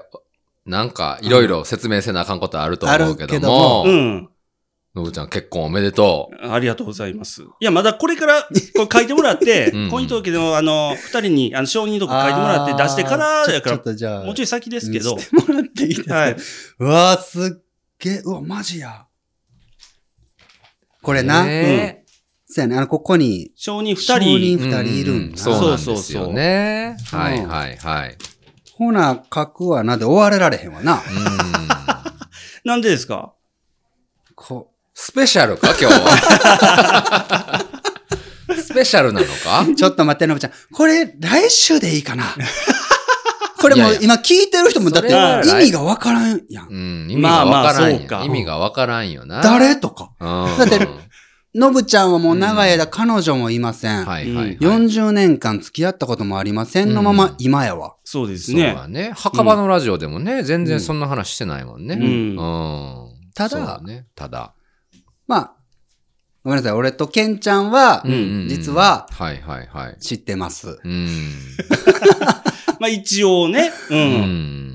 B: なんか、いろいろ説明せなあかんことあると思うけ
A: あるけど
B: ども
A: も
C: う、ん。
B: のぶちゃん結婚おめでとう。
C: ありがとうございます。いや、まだこ れから、これ書いてもらって、
B: うん
C: 婚姻届の、あの、二人に、あの、承認とか書いてもらって出してからやか
A: ちょちょっ
C: ら、
A: とじゃあ。
C: もうちょい先ですけど
A: 見。してもらっていいですか、
C: はい。
A: うわー、すっげえ。うわ、マジや。これな。
B: ね
A: そうやね。あの、ここに、
C: 承認二
A: 証
C: 人
A: 人。二人いるんだな
B: そうなんですよね。
A: そうそうそう
B: はいはいはい。
A: ほな、書くわなで終われられへんわな。
B: うん。
C: なんでですか
A: こ
B: スペシャルか今日は。 スペシャルなのか
A: ちょっと待って、のぶちゃん。これ、来週でいいか な。これも
B: いうやい
A: 今聞いてる人もだって
B: それは
A: 意味がわからんやん
B: う。ん、意味がわからん
C: まあまあ
B: よ
C: そうか
B: 意味がわからんよな。
A: 誰とか。
B: だ
A: ってのぶちゃんはもう長い間彼女もいません。
B: はいはいはい。
A: 40年間付き合ったこともありませんのま
B: うん
A: ま今やわ。
C: そうで
B: そ
C: す
B: う
C: ね。
B: だね。墓場のラジオでもね、全然そんな話してないもんね。
C: うん
B: うん。
A: ただ
B: そうね、ただ。
A: まあ、ごめんなさい。俺とケンちゃんは
B: うんうんうん
A: 実は
B: はいはいはい。
A: 知ってます。
B: うん。
C: まあ一応ね。
B: う
C: う。
B: ん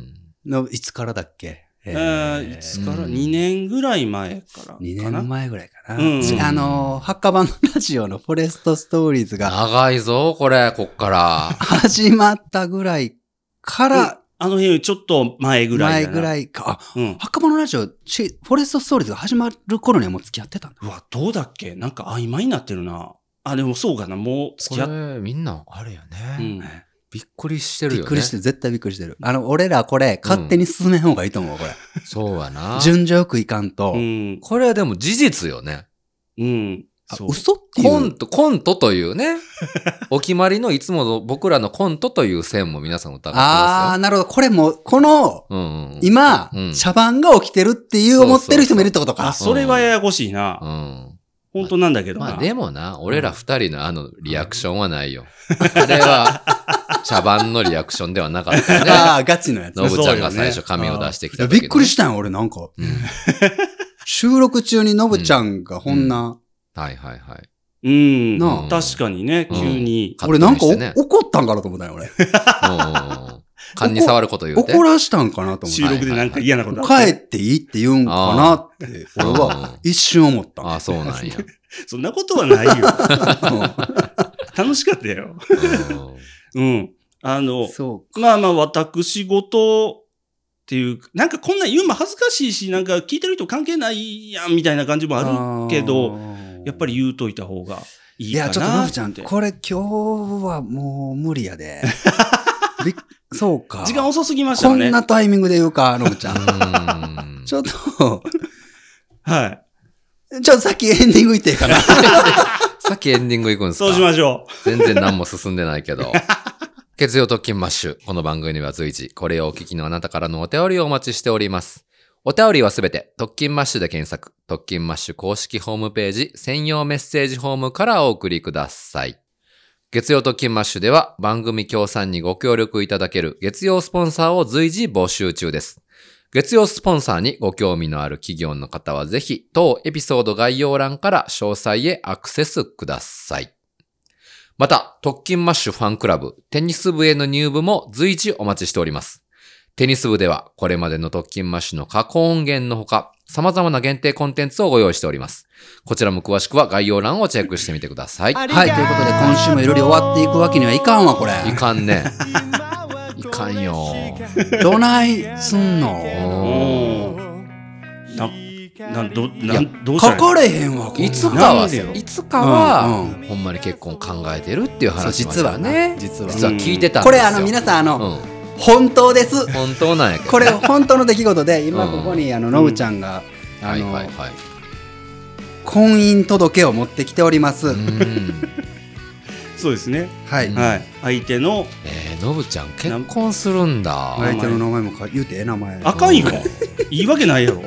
B: ん。
A: のいつからだっけえ
C: え
A: ー
C: ー、いつか
B: う
C: ら
B: ん
C: ?2 年ぐらい前からかな。
A: 2年前ぐらいかな。
C: うん
A: ちあのー、ハッカバのラジオのフォレストストーリーズが
B: 長いぞ、これ、こっから。
A: 始まったぐらいか
C: うん
A: ら、
C: あの辺よりちょっと前ぐらい
A: 前
C: だな。
A: ぐらいか。あ、
C: うん。
A: ハッカバのラジオ、ちフォレストストーリーズが始まる頃にはもう付き合ってたんだ。
C: うわ、どうだっけなんか曖昧になってるな。あ、でもそうかな。もう付
B: こ
C: き合っ
B: れ、みんな、あれや
C: う
B: ね。
C: ん。
B: びっくりしてる
A: び
B: よね。
A: っくりしてる、絶対びっくりしてる。あの、俺らこれ、勝手に進めん方がいいと思う、これ。
B: そうやな。
A: 順序よくいかんと
C: う。ん。
B: これはでも事実よね。
C: うん。
A: あ
C: そう。
A: 嘘ってい
B: コ
A: う
B: ン。ト、コントというね。お決まりのいつもの僕らのコントという線も皆さん歌って
A: あ
B: ま
A: ー、なるほど。これもう、この、
B: すよ。うんうん。
A: 今
B: う、ん
A: 茶番が起きてるっていう思ってる人もいるってこと
C: あ、
A: か。
C: それはややこしいな。
B: うん。
C: 本当なんだけどな。
B: まあでもな、俺ら二人のあのリアクション はないよ。あれは、茶番のリアクションではなかったよね。
A: あー、ガチのやつ。
B: ノブちゃんが
C: そ
B: 最
C: うよね
B: 初髪を出してき
A: いや
B: た時、
A: びっくりしたんよ、俺なんか。
B: た。うん
A: 収録中にノブちゃんがこんな、
B: はいはいはい。
C: うん。
A: な
B: あ
C: 確かにね、
B: うん
C: 急に。
B: うん
A: 俺なんかお
B: 勝手にしてね
A: 怒ったんかなと思ったんよ、俺。
B: うんうんうん勘に触ること言うて。
A: 怒らしたんかなと思
C: 収
A: っ
C: 録でなんか嫌なことあ
A: て。帰
C: って
A: っていいって言うんかなって、
B: うん
A: 俺は一瞬思った。
B: ああ、そうなんや。
C: そんなことはないよ。
A: う
C: 楽しかったよ。
B: うん
C: うん。あの
A: ん、そう
C: まあまあ、私事っていう、なんかこんなん言うのも恥ずかしいし、なんか聞いてる人関係ないやんみたいな感じもあるけど、、やっぱり言うといた方がい
A: い
C: いかな
A: や、
C: っ
A: ち
C: て。
A: ょっとノブちゃん、これ今日はもう無理や で。びっそうか。
C: 時間遅すぎました
A: こ
C: よね。
A: んなタイミングで言うか、ノブちゃん。
B: うん
A: ちょっと、
C: はい。
A: ちょっとさっきエンディングいっていいかな。
B: さっきエンディング行くんですか
C: そうしましょ
B: 全然何も進んでないけど。月曜特勤マッシュ。この番組には随時、これをお聞きのあなたからのお便りをお待ちしております。お便りはすべて、特勤マッシュで検索、特勤マッシュ公式ホームページ、専用メッセージフォームからお送りください。月曜特勤マッシュでは、番組協賛にご協力いただける月曜スポンサーを随時募集中です。月曜スポンサーにご興味のある企業の方は、ぜひ、当エピソード概要欄から詳細へアクセスください。また、特勤マッシュファンクラブ、テニス部への入部も随時お待ちしております。テニス部では、これまでの特勤マッシュの過去音源のほか、様々な限定コンテンツをご用意しております。こちらも詳しくは概要欄をチェックしてみてください。
A: はい、ということで今週もいろいろ終わっていくわけにはいかんわ、これ。
B: いかんね。いかんよ。
A: どないすんの
C: う。な、な、ど、
B: いや
C: な、どうした
A: から
C: いい
A: かれへんわ、こんなん
B: いつか
C: な
B: は、
C: んでよ
B: いつかは、
A: うん
B: ほんまに結婚考えてるっていう
A: そう
B: 話
A: 実は
B: までね。
A: ね。実は。
B: 実は聞いてたんです
A: これ、
B: よ。
A: あの、皆さん、あ
B: う
A: の、
B: ん、
A: 本当です。
B: 本当なんやけど。
A: これ、本当の出来事で、今
B: うん
A: ここに、あの、ノブちゃんが、あ
B: はいはい
A: の、
B: はい。
A: 婚姻届を持ってきております
B: う。ん。
C: そうですね。
A: は
B: う
A: い
B: ん。
C: はい。相手の、
B: えー、のぶちゃん結婚するんだ。
C: な
A: 相手の名前もか言うてええ名前。
C: あかんよ。言い訳ないやろ。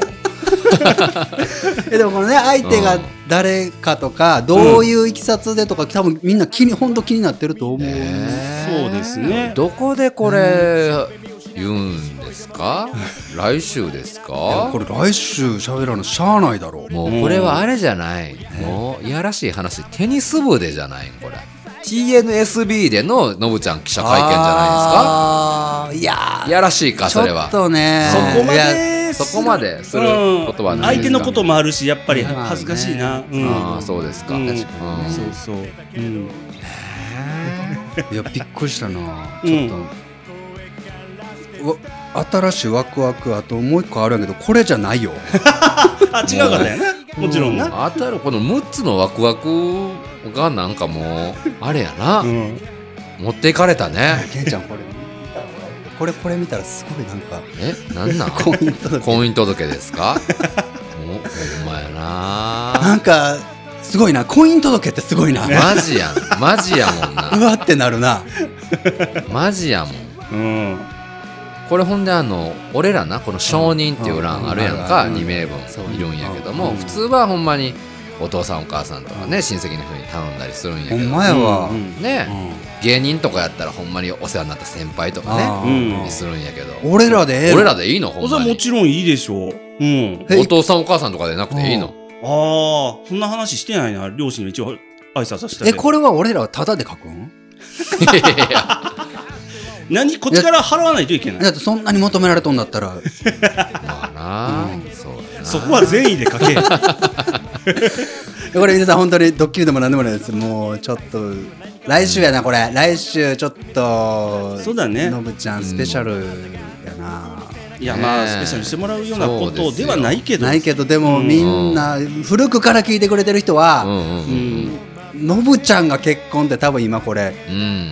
A: えでもこのね相手が誰かとかどういういきさつでとか多分みんな気に本当気になってると思う、
B: えー
C: そうですね
B: どこでこれ言うんですか？来週で
A: い
B: す
A: や
B: か
A: こ？れ来週喋らんのしゃあないだろう
B: もうこれはあれじゃない。もういやらしい話、テニス部でじゃないこれ。TNSB でののぶちゃん記者会見じゃ
A: ゃないですかいや
B: ないですか？
A: ー
B: いやらしいか
A: ち
B: それ
A: ょ
B: は
A: っ。とね
B: そこ
C: まで
A: いや
B: そこまですることは
C: うん
B: ないです
C: 相手
B: か
C: のこともあるし、やっぱり
A: まあね
C: 恥ずかしいな。うん
B: ああそうですか。
C: うん
B: 確かにね
C: そうそう。うん。
A: いやびっくりしたな
C: うん
A: ちょっと、うわ新しいワクワクあともう一個あるんやけどこれじゃないよ
C: あ、違うからやな。もちろんな。
B: 当たるこの6つのワクワクがなんかもうあれやな、
C: うん。
B: 持っていかれたね
A: ケンちゃんこれこれこれ見たらすごいなんか
B: えなんなん
A: 婚姻届
B: 婚姻届ですかおほんまや
A: な
B: なん
A: かすごいな婚姻届ってすごいな
B: マジやんマジやもんな
A: うわってなるな
B: マジやもん
C: うん。
B: これほんであの俺らなこの証人っていう欄あるやんか
A: うんうん
B: 2名分いるんやけども普通はほんまにお父さんお母さんとかね親戚の人に頼んだりするんや
A: ほ
B: けど
A: んまやわ、
C: う
A: うん
C: ん
B: ね芸人とかやったらほんまにお世話になった先輩とかね
A: あー
C: うん
B: にするんやけど
A: 俺らでええの
B: 俺らでいいのほん
C: そ
B: ま
C: れはも
B: に
C: ちろんいいでしょう。うん。
A: え
B: お父さんお母さんとかでなくていいの
C: ああ、そんな話してないな。両親に一応挨拶はした
A: え
C: けど。
A: これは俺らはタダで書くん
B: いやいや
C: 何、こっちから払わないといけない。
A: だってそんなに求められとんだった ら
B: まあな、そうやな
C: そこは善意で 書け。
A: これ皆さん本当にドッキリでも何でもないですもうちょっと来週やなこれ来週ちょっと
C: そうだね
A: のぶちゃんスペシャルやな、
C: いや、ま
B: ね
C: あ、
B: え
C: スペシャルにしてもらうようなことではないけど。
A: ないけどでもみんな古くから聞いてくれてる人
B: うん
A: は、
B: うんう
C: うんん。
A: のぶちゃんが結婚って多分今これ
B: うん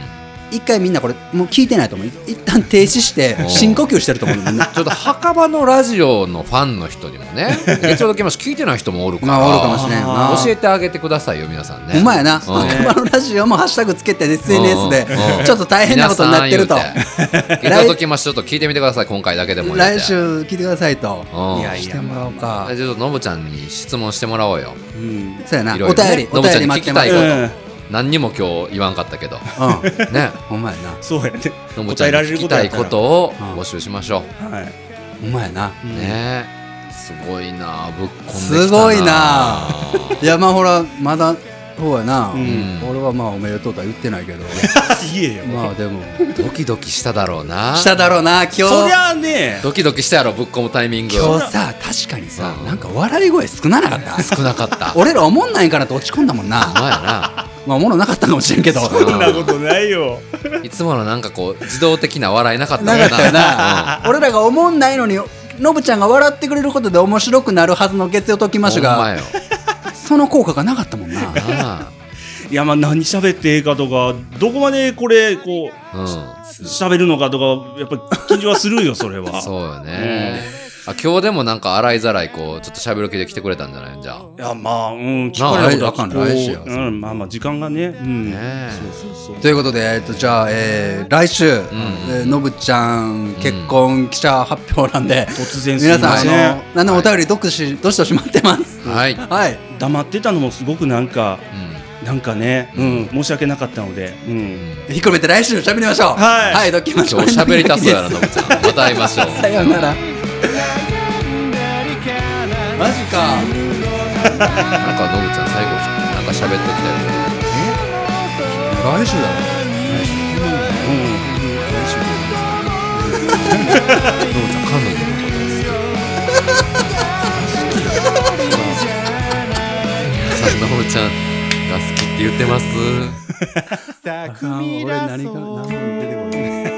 A: 一回みんなこれもう聞いてないと思うい一旦停止して
B: うん
A: 深呼吸してると思うんだよ ね
B: ちょっと墓場のラジオのファンの人にもね月曜の剣士聞いてない人もおるから、
A: まあおるかもしれんな
B: 教えてあげてくださいよ皆さんね
A: ほんまやな、
B: ん
A: 今のラジオもハッシュタグつけて SNS で
B: うん
A: ちょっと大変なことになってると、
B: 皆さん言うて月曜の剣士ちょっと聞いてみてください今回だけでも言うて
A: 来週聞いてくださいと
B: うん
C: いやい
A: し
C: や
A: てもらおうか、
B: ちょっとノブちゃんに質問してもらおうよ
C: うん。
A: そうやな、
B: いろい
A: お
B: ろね
A: 便りお
B: ノブちゃ
A: 便
B: ん
A: り
B: に
A: 待
B: 聞
A: って
B: き
A: ま
B: た
A: すよ
B: いこ
C: うん
B: と何にも今日言わんかったけど
A: うん
B: ね
A: ほんまやな
C: そうやね。
B: ノブちゃん
C: 答え
B: に
C: られ
B: 聞
C: るこ
B: き
C: と
B: た
C: や
B: い
C: ったら
B: ことを募集しましょ
C: はい。
A: ほんまやな
C: う
B: うんねすごいなぶっこんできたな
A: すごいないやまあほらまだそうやな、
C: ん
A: 俺はまあおめでとうとは言ってない けど
C: 言えよ。
A: まあでも
B: ドキドキしただろうな
A: しただろうな今日
C: そりゃあね、
B: ドキドキしたやろぶっこむタイミング
A: 今日さ確かにさ
B: うん
A: なんか笑い声少ななかった
B: 少なか ったお
A: 俺ら思んないんかなと落ち込んだもんな
B: 前や
A: まあおもろなかったかもしれんけど
B: そう
C: そんなことないよ。
B: ないつものなんかこう自動的な笑いなかったもん
A: なかったよな、俺らが思んないのにのぶちゃんが笑ってくれることで面白くなるはずの月曜ときまし
B: ほんま
A: が
B: よ
A: その効果がなかったもんな
B: ない
C: や、まあ何喋ってええかとか、どこまでこれ、こう、
B: あう
C: 喋るのかとか、やっぱ緊張はするよ、それは。
B: ん そうよねあ今日でもなんか洗いざらいこうちょっと喋る気で来てくれたんじゃないじゃあ
C: いや、まあ、うん、聞
B: なあ
C: かれたこと
A: あかん来週や
C: こううん、まあまあ、時間がね。うん。
B: ね
C: そうそうそう。
A: ということで、えっと、じゃあ、えー来週、えーのぶちゃん結婚記者発表なんで、
C: 突然すい
A: 皆さ
C: ま
A: ん、
C: せん
A: あの、何でもお便りどくし、どしどし待ってます。
B: はい
A: はい、
C: 黙ってたのもすごくなんか、
B: う
C: なんかね、うん、申し訳なかったので。うん。
A: ひっくるめて来週喋りましょう。
C: はい
A: はい、ドッキリマ
B: ん
A: ッシ
B: 今
A: ュ
B: 日喋りたそうやな
A: の
B: ノ
A: ぶ
B: ブ
A: ち
B: ちゃんまた会いま しょう
A: ゃんさようなら。マジか。
B: なんかノブちゃん最後なんか喋ってきたよね
A: 来週だろ。
B: ノブちゃん彼女のこと好きノブちゃんが好きって言ってます
A: あかん俺何か何も出てこない。